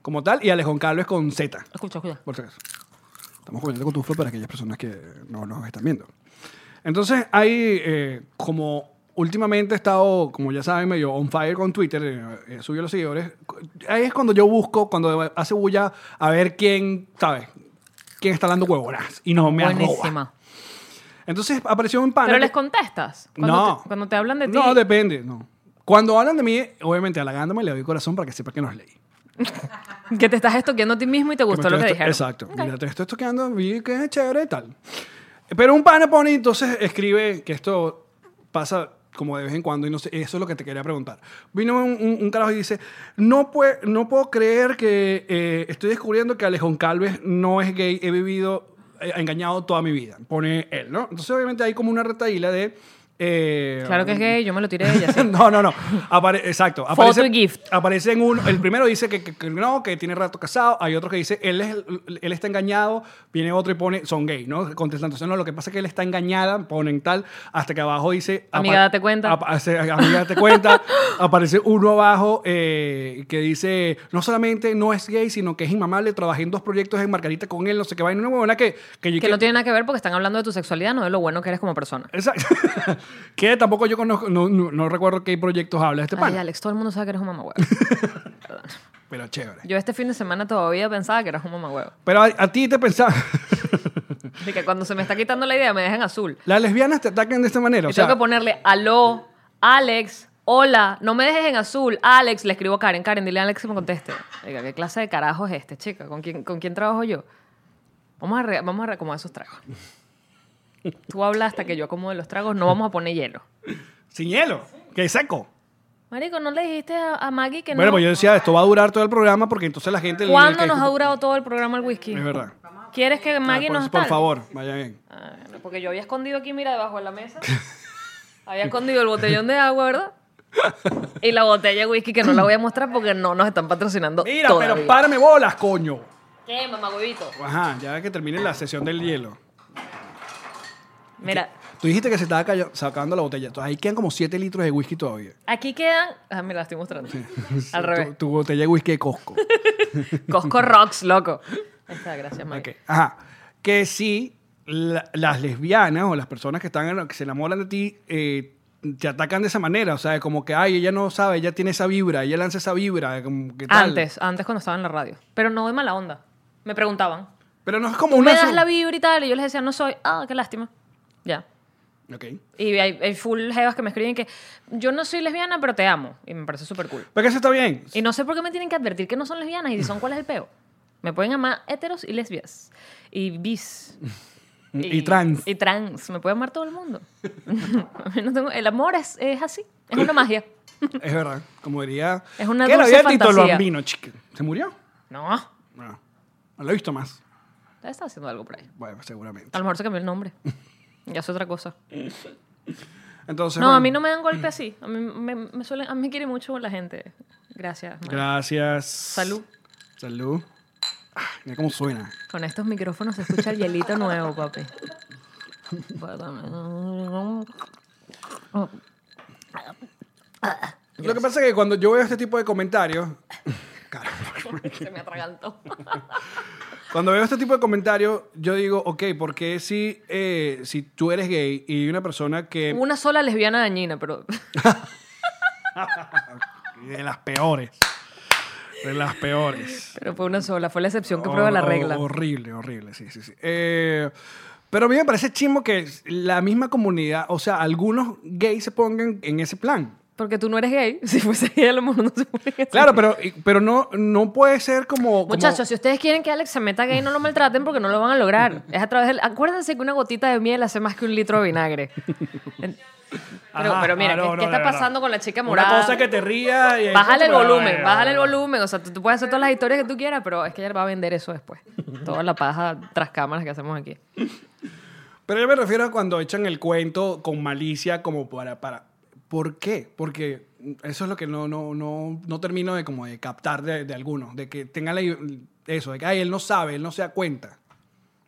como tal y Alex Goncalves con Z.
Escucha, escucha.
Por si acaso. Estamos comiendo cotufo para aquellas personas que no nos están viendo. Entonces, hay eh, como últimamente he estado, como ya saben, medio on fire con Twitter, eh, eh, subió los seguidores. Ahí es cuando yo busco, cuando hace bulla, a ver quién, ¿sabes? ¿Quién está hablando huevonas? Y no me arroba.
Buenísima.
Entonces apareció un pana.
Pero
que-
les contestas. Cuando
no.
Te, cuando te hablan de ti.
No, depende, no. Cuando hablan de mí, obviamente halagándome, le doy corazón para que sepa que nos leí.
Que te estás estoqueando a ti mismo y te gustó lo que
Estoy-
dijeron.
Exacto. Mira, te estoy toqueando, vi que es chévere y tal. Pero un pana pone, entonces escribe que esto pasa como de vez en cuando y no sé, eso es lo que te quería preguntar. Vino un, un- un carajo y dice, no, pue- no puedo creer que eh, estoy descubriendo que Alejón Calves no es gay, he vivido eh, engañado toda mi vida, pone él, ¿no? Entonces obviamente hay como una retaíla de... eh,
Claro que es gay, yo me lo tiré de ella. sí.
no, no, no. Apare- exacto.
Foto y gift.
Aparece en uno. El primero dice que, que- que no, que tiene rato casado. Hay otro que dice, él, es el- él está engañado. Viene otro y pone, son gay, ¿no? Contestando, no, lo que pasa es que él está engañada, ponen tal. Hasta que abajo dice... apa-
Amiga, date cuenta.
apa- hace- amiga, date cuenta. Aparece uno abajo eh, que dice, no solamente no es gay, sino que es inmamable. Trabajé en dos proyectos en Margarita con él, no sé qué vaina. Una huevona que... Que, yo-
Que no tiene nada que ver porque están hablando de tu sexualidad, no de lo bueno que eres como persona.
Exacto. que tampoco yo conozco, no, no- no recuerdo qué proyectos habla este
Ay,
pana.
Alex, todo el mundo sabe que eres un mamagüevo.
Pero chévere.
Yo este fin de semana todavía pensaba que eras un mamagüevo.
Pero a, a ti te pensaba.
Así que cuando se me está quitando la idea, me dejan azul.
Las lesbianas te atacan de esta manera. O
Y
sea,
tengo que ponerle aló, Alex, hola, no me dejes en azul, Alex, le escribo a Karen, Karen, dile a Alex que me conteste. Oiga, ¿qué clase de carajo es este, chica? ¿Con quién, con quién trabajo yo? Vamos a, re- vamos a reacomodar esos tragos. Tú hablas hasta que yo acomodo los tragos, no vamos a poner hielo.
sin hielo, que seco.
Marico, ¿no le dijiste a, a Maggie que
Bueno,
no?
pues yo decía, esto va a durar todo el programa porque entonces la gente. le-
¿Cuándo
que-
nos ha durado todo el programa el whisky?
Es verdad.
¿Quieres que Maggie
Ah, por,
nos
por
tal?
favor, vaya bien.
Ah, porque yo había escondido aquí, mira, debajo de la mesa. había escondido el botellón de agua, ¿verdad? Y la botella de whisky que no la voy a mostrar porque no nos están patrocinando.
Mira,
todavía.
pero párame bolas, coño.
¿Qué, mamá huevito?
Ajá, ya que termine la sesión del hielo.
Mira,
Tú dijiste que se estaba calla- sacando la botella. Entonces ahí quedan como 7 litros de whisky todavía.
aquí quedan. Ah, mira, la estoy mostrando. Al
Tu,
revés.
tu botella de whisky de Costco.
Cosco Rocks, loco. Ahí está, gracias, Maggie.
Ok, Ajá. Que si la- las lesbianas o las personas que están en- que se enamoran de ti eh, te atacan de esa manera, o sea, como que ay, ella no sabe, ella tiene esa vibra, ella lanza esa vibra, como que tal.
Antes, antes cuando estaba en la radio. Pero no de mala onda. Me preguntaban.
Pero no es como
¿Me
una
das
su-
la vibra y tal? Y yo les decía, no soy. Ah, qué lástima. Ya.
Ok.
Y hay, hay full jevas que me escriben que yo no soy lesbiana, pero te amo. Y me parece súper cool.
Porque eso está bien.
Y no sé por qué me tienen que advertir que no son lesbianas y si son, ¿cuál es el peo? Me pueden amar heteros y lesbias. Y bis.
Y, trans.
Y trans. Me puede amar todo el mundo. A mí no tengo- el amor es, es así. Es una magia.
es verdad. Como diría.
Es una
¿Qué la
dulce
vida de Tito el
fantasía.
Bambino, chica? ¿Se murió?
No.
No. No lo he visto más.
Ya está haciendo algo por ahí.
Bueno, seguramente.
A lo mejor se cambió el nombre. Ya es otra cosa.
Entonces.
No, a mí
bueno,
no me dan golpe así. A mí me, me suelen, a mí me quiere mucho la gente. Gracias. Mar.
Gracias.
Salud.
Salud. Ah, mira cómo suena.
Con estos micrófonos se escucha el hielito nuevo, papi.
Lo que pasa es que cuando yo veo este tipo de comentarios, Caramba.
Se me atragantó.
cuando veo este tipo de comentarios, yo digo, ok, porque si, eh, si tú eres gay y una persona que
Una sola lesbiana dañina, pero
de las peores, de las peores,
Pero fue una sola, fue la excepción que prueba la
Hor-
regla.
horrible, horrible, sí, sí, sí. Eh, pero a mí me parece chimo que la misma comunidad, o sea, algunos gays se pongan en ese plan.
Porque tú no eres gay. Si fuese gay, a lo mejor no se pone
Claro, pero, pero no, no puede ser como... como-
Muchachos, si ustedes quieren que Alex se meta gay, no lo maltraten porque no lo van a lograr. Es a través del... Acuérdense que una gotita de miel hace más que un litro de vinagre. En- Pero,
Ajá,
pero mira,
ah, no,
¿qué,
no,
qué
de
está
verdad.
pasando con la chica
Una
morada?
cosa que te rías... y-
Bájale el
Pero,
volumen,
eh,
bájale el volumen. O sea, tú, tú puedes hacer todas las historias que tú quieras, pero es que ella va a vender eso después. Toda la paja tras cámaras que hacemos aquí.
Pero yo me refiero a cuando echan el cuento con malicia como para... para ¿Por qué? Porque eso es lo que no, no, no, no termino de, como de captar de, de algunos, de que tengan la- eso, de que "Ay, él no sabe, él no se da cuenta.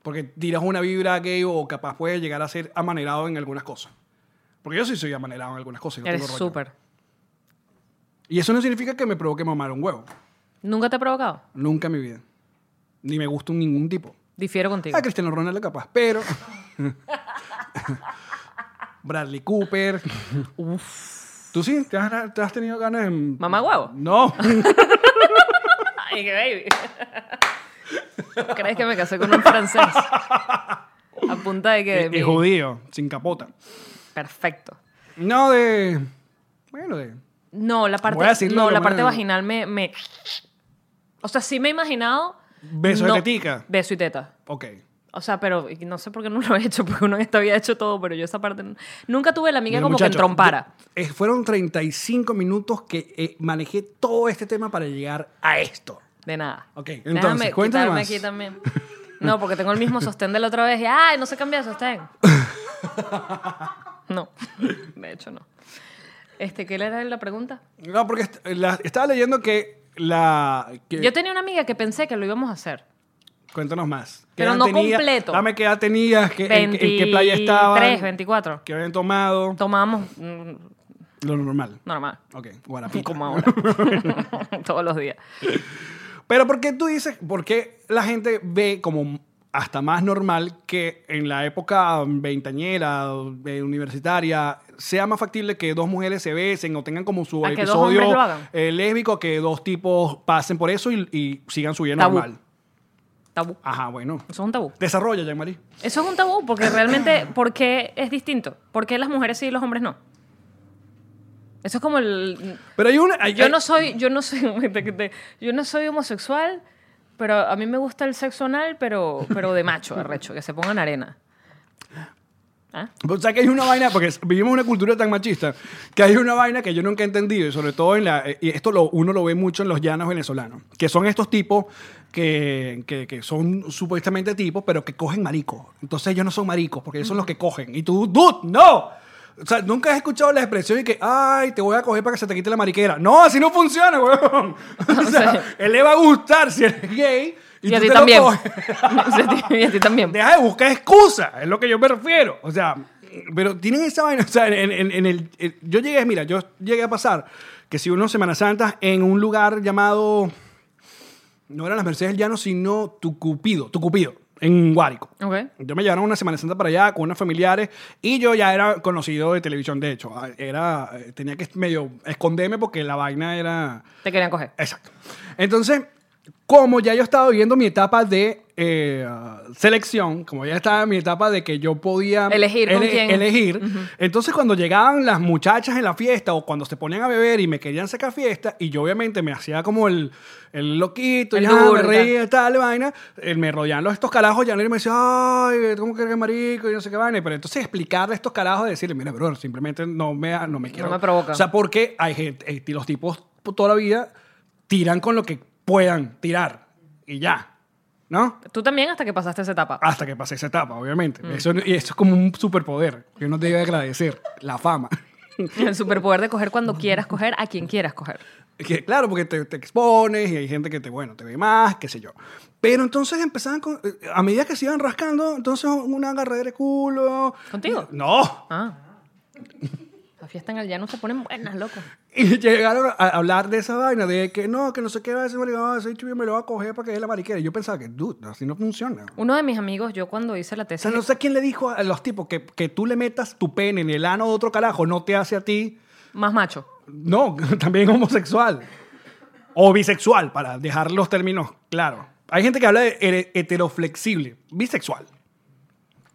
Porque tiras una vibra gay o capaz puede llegar a ser amanerado en algunas cosas. Porque yo sí soy amanerado en algunas cosas. yo no
Eres
tengo rollo.
súper.
Y eso no significa que me provoque mamar un huevo.
¿Nunca te ha provocado?
Nunca en mi vida. Ni me gusta ningún tipo.
Difiero contigo.
A Cristiano Ronaldo capaz, pero... Bradley Cooper. ¿Tú sí? ¿Te has, te has tenido ganas en...?
Mamá huevo.
No.
Ay, qué baby. ¿Crees que me casé con un francés? A punta de que...
y, y judío, sin capota.
Perfecto.
No, de... Bueno, de...
No, la parte,
Voy a decirlo
no,
de
la
manera-
parte vaginal me, me- O sea, sí me he imaginado.
Beso de
no-
tetica.
Beso y teta.
Ok.
O sea, pero y no sé por qué no lo he hecho, porque uno en esta había hecho todo, pero yo esa parte. no- Nunca tuve la amiga
Mira,
como
muchacho,
que entrompara.
yo- eh, fueron 35 minutos que eh, manejé todo este tema para llegar a esto.
De nada.
Ok,
Déjame
entonces, cuéntame
quitarme
más.
aquí también. No, porque tengo el mismo sostén de la otra vez y, ay, no se cambia de sostén. No, de hecho no. Este, ¿Qué le era la pregunta?
No, porque est- la- estaba leyendo que la... que-
Yo tenía una amiga que pensé que lo íbamos a hacer.
Cuéntanos más. ¿Qué
Pero
edad
no
tenías?
completo.
Dame qué edad tenías, qué- en, qué- en qué playa
23,
estabas,
24.
qué habían tomado,
Tomábamos mm,
lo normal.
normal,
Ok, guarapita.
como ahora. Todos los días.
Pero ¿por qué tú dices, por qué la gente ve como hasta más normal que en la época veintañera, eh, universitaria, sea más factible que dos mujeres se besen o tengan como su
A que dos
episodio
hombres lo hagan.
eh, lésbico, que dos tipos pasen por eso y, y sigan su vida
Tabú.
normal?
Tabú.
Ajá, bueno.
Eso es un tabú.
Desarrolla, Jean-Marie.
Eso es un tabú, porque realmente, ¿por qué es distinto? ¿Por qué las mujeres sí y los hombres no? Eso es como el...
Pero hay una... hay-
Yo
hay-
no soy, yo no soy, te- te- yo no soy homosexual, pero a mí me gusta el sexo anal, pero, pero de macho, arrecho, que se pongan arena. ¿Ah?
O sea que hay una vaina, porque vivimos una cultura tan machista, que hay una vaina que yo nunca he entendido, y sobre todo en la. Y esto lo, uno lo ve mucho en los llanos venezolanos, que son estos tipos que, que, que son supuestamente tipos, pero que cogen maricos. Entonces ellos no son maricos, porque ellos son los que cogen. Y tú, dude, no. O sea, nunca has escuchado la expresión de que, ay, te voy a coger para que se te quite la mariquera. No, así no funciona, weón. O sea, él le va a gustar si eres gay.
Y,
tú
a ti
te lo
también.
coges.
y a ti también.
Deja de buscar excusas, es lo que yo me refiero. O sea, pero tienen esa vaina. O sea, en, en- en el, en- yo llegué, mira, yo llegué a pasar que si uno Semana Santa en un lugar llamado. No eran las Mercedes del Llano, sino Tu Cupido, Tu Cupido, en Guárico.
Ok.
Yo me llevaron una Semana Santa para allá con unos familiares y yo ya era conocido de televisión, de hecho. ah, Era, eh, tenía que medio esconderme porque la vaina era.
Te querían coger.
Exacto. Entonces, como ya yo estaba viviendo mi etapa de eh, selección, como ya estaba en mi etapa de que yo podía
Elegir con quién.
elegir, entonces cuando llegaban las muchachas en la fiesta o cuando se ponían a beber y me querían sacar fiesta, y yo obviamente me hacía como el, el loquito,
El
ya
duro
me
y tal.
reía, tal vaina, eh, me rodeaban los, estos carajos, ya y me decía, ay, ¿cómo que eres marico? Y no sé qué vaina. Pero entonces explicarle a estos carajos, decirle, mira, bro, simplemente no me, no me quiero.
me provoca.
O sea, porque hay gente, eh, los tipos toda la vida tiran con lo que puedan tirar y ya, ¿no?
Tú también hasta que pasaste esa etapa.
Hasta que pase esa etapa, obviamente. Eso, y eso es como un superpoder que uno debe agradecer, la fama.
El superpoder de coger cuando quieras coger a quien quieras coger.
Que, claro, porque te, te expones y hay gente que te, bueno, te ve más, qué sé yo. Pero entonces empezaban con, eh, a medida que se iban rascando, entonces una agarradera de culo.
¿Contigo?
No.
Ah. La fiesta en el llano se ponen buenas, loco.
Y llegaron a hablar de esa vaina, de que no, que no sé qué va a decir, marica, ese bicho me lo va a coger para que es la mariquera. Y yo pensaba que, dude, así no funciona.
Uno de mis amigos, yo cuando hice la
O
tesis...
sea, no sé quién le dijo a los tipos que, que tú le metas tu pene en el ano de otro carajo no te hace a ti,
Más macho.
no, también homosexual o bisexual, para dejar los términos claros. Hay gente que habla de here- heteroflexible, bisexual.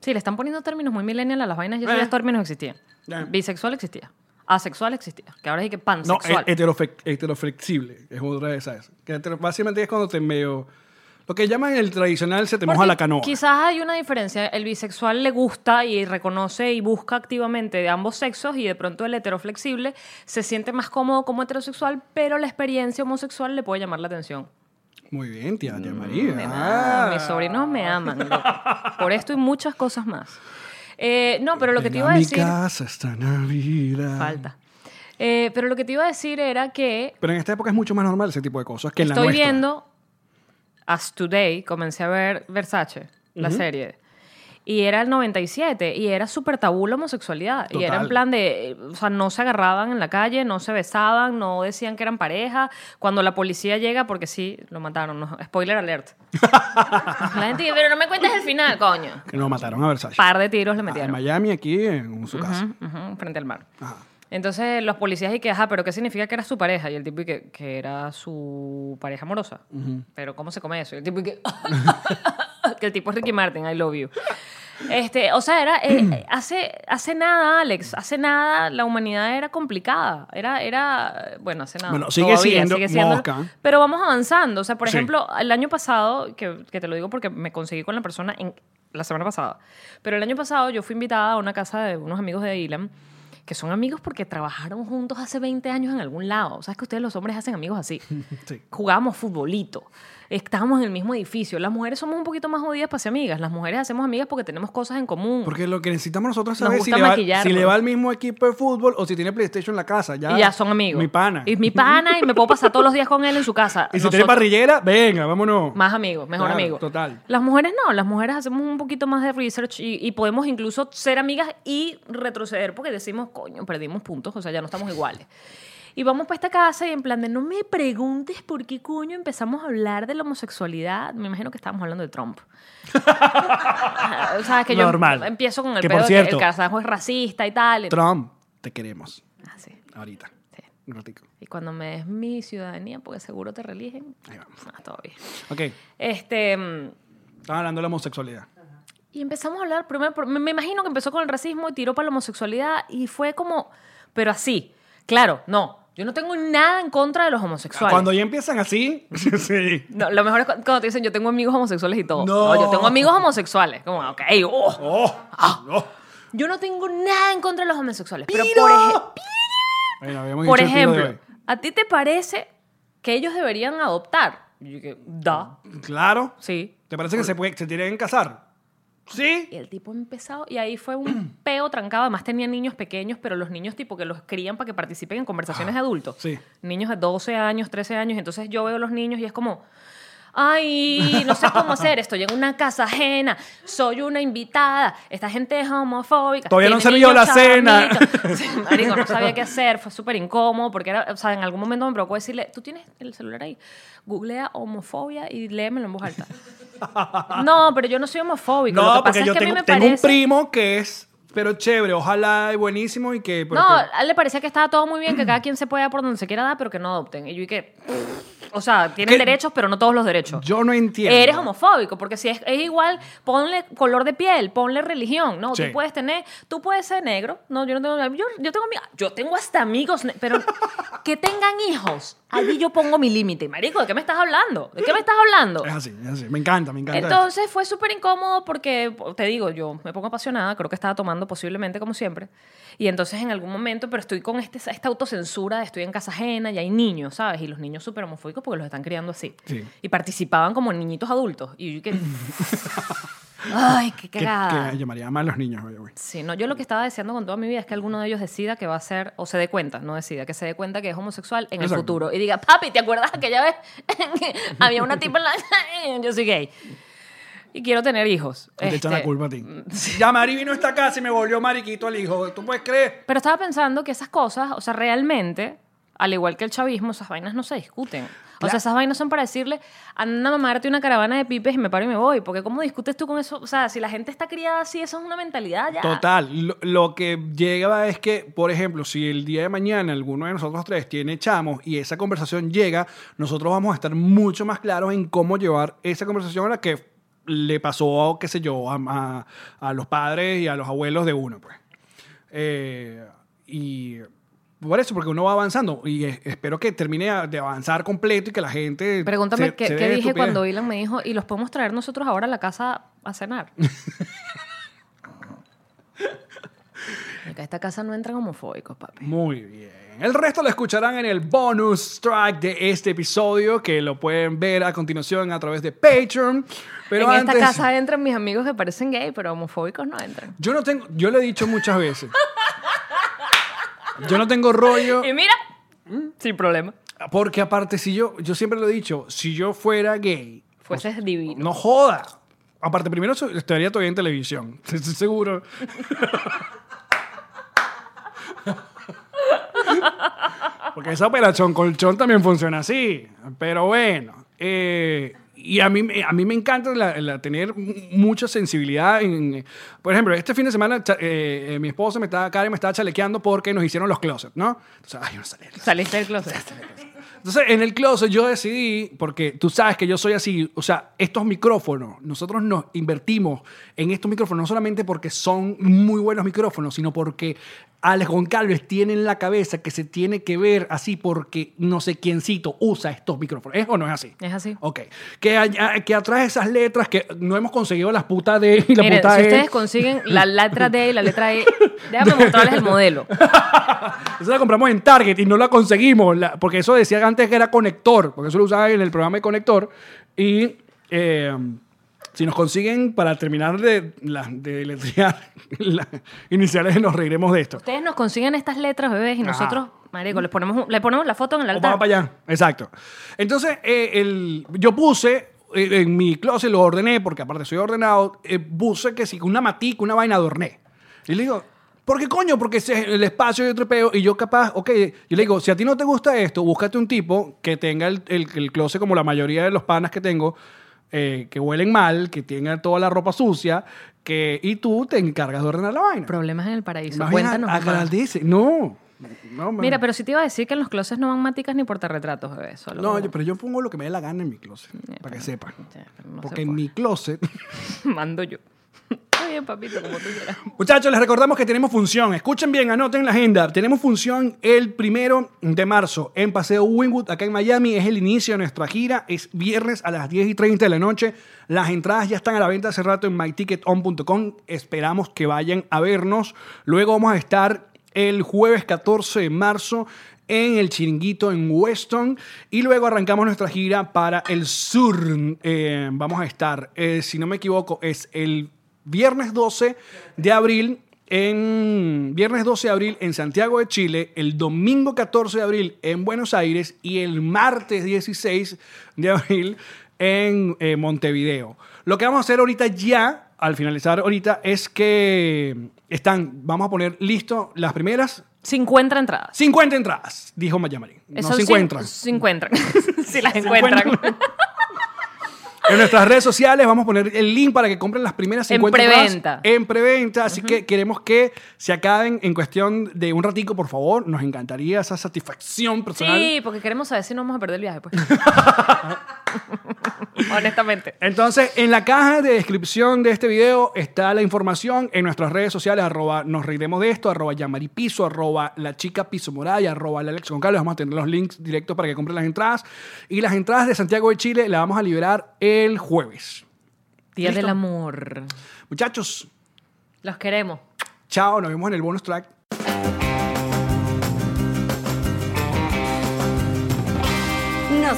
Sí, le están poniendo términos muy millennial a las vainas. Yo sé
Eh.
que los términos existían.
Eh.
Bisexual existía. Asexual existía. Que ahora sí que
No, eh,
pansexual.
he- heterofe- heteroflexible es otra de esas. Que hetero- básicamente es cuando te medio... Lo que llaman el tradicional se te
Porque
moja la canoa.
Quizás hay una diferencia. El bisexual le gusta y reconoce y busca activamente de ambos sexos y de pronto el heteroflexible se siente más cómodo como heterosexual, pero la experiencia homosexual le puede llamar la atención.
Muy bien, tía, tía María.
De nada,
Ah.
mis sobrinos Mm, me aman. loco. Por esto y muchas cosas más. Eh, no, pero lo que
Ven
te iba a decir...
mi casa esta Navidad.
Falta. Eh, pero lo que te iba a decir era que
Pero en esta época es mucho más normal ese tipo de cosas que en la
Estoy
nuestra.
viendo As Today, comencé a ver Versace, la serie. Y era el 97 y era súper tabú la homosexualidad. Y era
Total.
en plan de, eh, o sea, no se agarraban en la calle, no se besaban, no decían que eran pareja. Cuando la policía llega, porque sí, lo mataron, no, spoiler alert. la gente dice, pero no me cuentes el final, coño.
Que nos mataron a Versace.
Par de tiros le
Ah,
metieron.
en Miami, aquí, en su casa. Ah,
Ujú, frente al mar.
Ajá.
Entonces los policías y que, ajá, pero ¿qué significa que era su pareja? Y el tipo y que, que era su pareja amorosa. Pero ¿cómo se come eso? Y el tipo y que, que el tipo es Ricky Martin, I love you. Este, o sea, era eh, hace, hace nada, Alex, hace nada la humanidad era complicada. Era, era bueno, hace nada.
Bueno, sigue siendo mosca.
Pero vamos avanzando. O sea, por
Sí.
ejemplo, el año pasado, que, que te lo digo porque me conseguí con la persona en, la semana pasada, pero el año pasado yo fui invitada a una casa de unos amigos de Ilan que son amigos porque trabajaron juntos hace 20 años en algún lado. ¿Sabes que ustedes los hombres hacen amigos así?
Sí.
jugábamos futbolito, estábamos en el mismo edificio. Las mujeres somos un poquito más jodidas para ser amigas. Las mujeres hacemos amigas porque tenemos cosas en común.
Porque lo que necesitamos nosotros es
Nos
saber si
gusta
le, va,
maquillarnos.
si le va al mismo equipo de fútbol o si tiene PlayStation en la casa. Ya,
y ya son amigos.
Mi pana.
Y mi pana, y me puedo pasar todos los días con él en su casa.
Y si tiene
Nosotros-
parrillera, venga, vámonos.
Más amigos, mejor
Claro,
amigos.
total.
Las mujeres no, las mujeres hacemos un poquito más de research y, y podemos incluso ser amigas y retroceder porque decimos, coño, perdimos puntos, o sea, ya no estamos iguales. Y vamos para esta casa y en plan de no me preguntes por qué coño empezamos a hablar de la homosexualidad. Me imagino que estábamos hablando de Trump. o sea, es que
Normal.
yo em- empiezo con el
Que,
pedo
por
de que
cierto,
el casajo es racista y tal.
Trump, te queremos.
Ah, sí,
Ahorita.
sí.
Un ratico.
Y cuando me des mi ciudadanía, porque seguro te religen.
Ahí vamos.
Ah, todo bien.
Ok,
Este. mm,
estaban hablando de la homosexualidad.
Y empezamos a hablar, primero, por- me me imagino que empezó con el racismo y tiró para la homosexualidad y fue como, pero así, claro, no, yo no tengo nada en contra de los homosexuales.
Cuando ya empiezan así, sí.
No, lo mejor es cu- cuando te dicen, yo tengo amigos homosexuales y todo.
No.
No, yo tengo amigos homosexuales. Como, ok, oh.
Oh, oh.
Yo no tengo nada en contra de los homosexuales. Pero
¡Piro!
por, ej-
Bueno, habíamos
por
dicho el piro de
ejemplo, ¿a ti te parece que ellos deberían adoptar? Y yo dije, da,
hoy. Claro.
sí.
¿Te parece que se, puede, se tienen que casar? Sí.
Y el tipo empezado, y ahí fue un peo trancado. Además tenía niños pequeños, pero los niños tipo que los crían para que participen en conversaciones de adultos.
Ah, sí.
Niños de 12 años, 13 años. Entonces yo veo a los niños y es como, ay, no sé cómo hacer, estoy en una casa ajena, soy una invitada, esta gente es homofóbica.
Todavía no
tiene
han servido
niños
la cena.
chamitos". Sí, marico, no sabía qué hacer, fue súper incómodo, porque era, o sea, en algún momento me provocó decirle, tú tienes el celular ahí, googlea homofobia y léemelo en voz alta. No, pero yo no soy homofóbico. Lo que
No,
pasa
porque
es
yo
que a mí
tengo,
me
tengo un
parece-
primo que es, pero chévere, ojalá y buenísimo y que... porque-
No, a él le parecía que estaba todo muy bien, que cada quien se puede dar por donde se quiera dar, pero que no adopten. Y yo y que... O sea, tienen
¿Qué?
derechos, pero no todos los derechos.
Yo no entiendo.
Eres homofóbico, porque si es, es igual, ponle color de piel, ponle religión, ¿no?
Sí.
Tú puedes tener, tú puedes ser negro, no, yo no tengo, yo, yo tengo amigos, yo tengo hasta amigos, ne- pero que tengan hijos, allí yo pongo mi límite, marico, ¿de qué me estás hablando? ¿De qué me estás hablando?
Es así, es así. Me encanta, me encanta.
Entonces fue súper incómodo porque, te digo, yo me pongo apasionada, creo que estaba tomando posiblemente como siempre. Y entonces en algún momento, pero estoy con este, esta autocensura de estoy en casa ajena y hay niños, ¿sabes? Y los niños súper homofóbicos porque los están criando así.
Sí.
Y participaban como niñitos adultos. Y yo que... Ay, qué
Que-
cagada.
Que, llamaría más a los niños. oye, güey.
Sí, no, yo lo que estaba deseando con toda mi vida es que alguno de ellos decida que va a ser, o se dé cuenta, no decida, que se dé cuenta que es homosexual en
Exacto.
el futuro y diga, papi, ¿te acuerdas aquella vez? que Había una tipa en la. yo soy gay. Y quiero tener hijos.
Te echan la
Este,
culpa a ti. Ya Mari vino a esta casa y me volvió mariquito al hijo. ¿Tú puedes creer?
Pero estaba pensando que esas cosas, o sea, realmente, al igual que el chavismo, esas vainas no se discuten. O sea, esas vainas son para decirle, anda a mamarte una caravana de pipes y me paro y me voy. Porque ¿cómo discutes tú con eso? O sea, si la gente está criada así, eso es una mentalidad ya.
Total. Lo, lo que llega es que, por ejemplo, si el día de mañana alguno de nosotros tres tiene chamos y esa conversación llega, nosotros vamos a estar mucho más claros en cómo llevar esa conversación a la que le pasó, qué sé yo, a, a- a los padres y a los abuelos de uno, pues. Eh, y por eso, porque uno va avanzando y es- espero que termine a- de avanzar completo y que la gente...
Pregúntame
se-
qué,
se
qué
dé
dije
estupidez.
cuando Ilan me dijo, y los podemos traer nosotros ahora a la casa a cenar. Acá a esta casa no entran homofóbicos, papi.
Muy bien. El resto lo escucharán en el bonus track de este episodio, que lo pueden ver a continuación a través de Patreon. Pero
en
antes,
esta casa entran mis amigos que parecen gay, pero homofóbicos no entran.
yo no tengo, yo lo he dicho muchas veces. Yo no tengo rollo,
Y mira,
Mm.
sin problema.
porque aparte, si yo, yo siempre lo he dicho, si yo fuera gay,
Fueses divino.
no joda. Aparte, primero so- estaría todavía en televisión, estoy seguro. Porque esa operación colchón también funciona así. Pero bueno. eh, y a mí, me- a mí me encanta la- la tener m- mucha sensibilidad. en- por ejemplo, este fin de semana cha- eh, eh, mi esposa me estaba, Karen me estaba chalequeando porque nos hicieron los closets, ¿no? Entonces, ay, yo no salí del closet.
Saliste del closet.
Entonces, en el closet yo decidí, porque tú sabes que yo soy así, o sea, estos micrófonos, nosotros nos invertimos en estos micrófonos, no solamente porque son muy buenos micrófonos, sino porque Alex Goncalves tiene en la cabeza que se tiene que ver así porque no sé quiéncito usa estos micrófonos. ¿Es o no es así?
Es así.
Ok. Que, haya- que atrás de esas letras que no hemos conseguido las putas de y la
Miren,
puta
si
E.
ustedes consiguen la letra D y la letra E, déjame mostrarles el modelo.
Esa la compramos en Target y no la conseguimos, la- porque eso decía antes que era conector, porque eso lo usaba en el programa de conector. Y eh, si nos consiguen para terminar de, la, de letrear las iniciales, nos reiremos de esto.
Ustedes nos consiguen estas letras, bebés, y
Ajá.
nosotros, marico, les ponemos, un- le ponemos la foto en el
O vamos
altar.
para allá. Exacto. Entonces, eh, el, yo puse eh, en mi closet, lo ordené, porque aparte soy ordenado, eh, puse que si una matica, una vaina adorné. Y le digo, ¿por qué coño? Porque ese es el espacio y otro peo, y yo capaz, ok, yo le digo, si a ti no te gusta esto, búscate un tipo que tenga el, el, el closet como la mayoría de los panas que tengo, eh, que huelen mal, que tenga toda la ropa sucia, que, y tú te encargas de ordenar la vaina.
Problemas en el paraíso.
Más bien
Cuéntanos. mamá.
agradece. No. no man.
Mira, pero sí te iba a decir que en los closets no van maticas ni portarretratos, bebé. Solo
No,
como-
yo- pero yo pongo lo que me dé la gana en mi closet, para que sepan.
Ya, pero no se
Porque en
puede.
mi closet...
Mando yo. Oye, papito, como tú quieras.
Muchachos, les recordamos que tenemos función. Escuchen bien, anoten la agenda. Tenemos función el primero de marzo en Paseo Winwood, acá en Miami. Es el inicio de nuestra gira. Es viernes a las 10 y 30 de la noche. Las entradas ya están a la venta hace rato en myticketon.com. Esperamos que vayan a vernos. Luego vamos a estar el jueves 14 de marzo en el chiringuito en Weston y luego arrancamos nuestra gira para el sur. Eh, vamos a estar, eh, si no me equivoco, es el viernes 12 de abril en viernes 12 de abril en Santiago de Chile, el domingo 14 de abril en Buenos Aires y el martes 16 de abril en eh, Montevideo. Lo que vamos a hacer ahorita ya, al finalizar ahorita, es que están, vamos a poner listo las primeras
50 entradas.
50 entradas, dijo Mayamarín. No
Son
se
cin-
encuentran.
Se encuentran. si las encuentran.
En nuestras redes sociales vamos a poner el link para que compren las primeras
En
50 entradas.
preventa.
En preventa. Así que queremos que se acaben en cuestión de un ratico, por favor. Nos encantaría esa satisfacción personal.
Sí, porque queremos saber si no vamos a perder el viaje, pues. Honestamente.
Entonces, en la caja de descripción de este video está la información en nuestras redes sociales, arroba nos reiremos de esto, arroba llamaripiso, arroba la chica piso morada y arroba la Alex Goncalves. Vamos a tener los links directos para que compren las entradas. Y las entradas de Santiago de Chile las vamos a liberar el jueves.
Día
¿Listo?
del amor.
Muchachos,
Los queremos.
chao, nos vemos en el bonus track.
Nos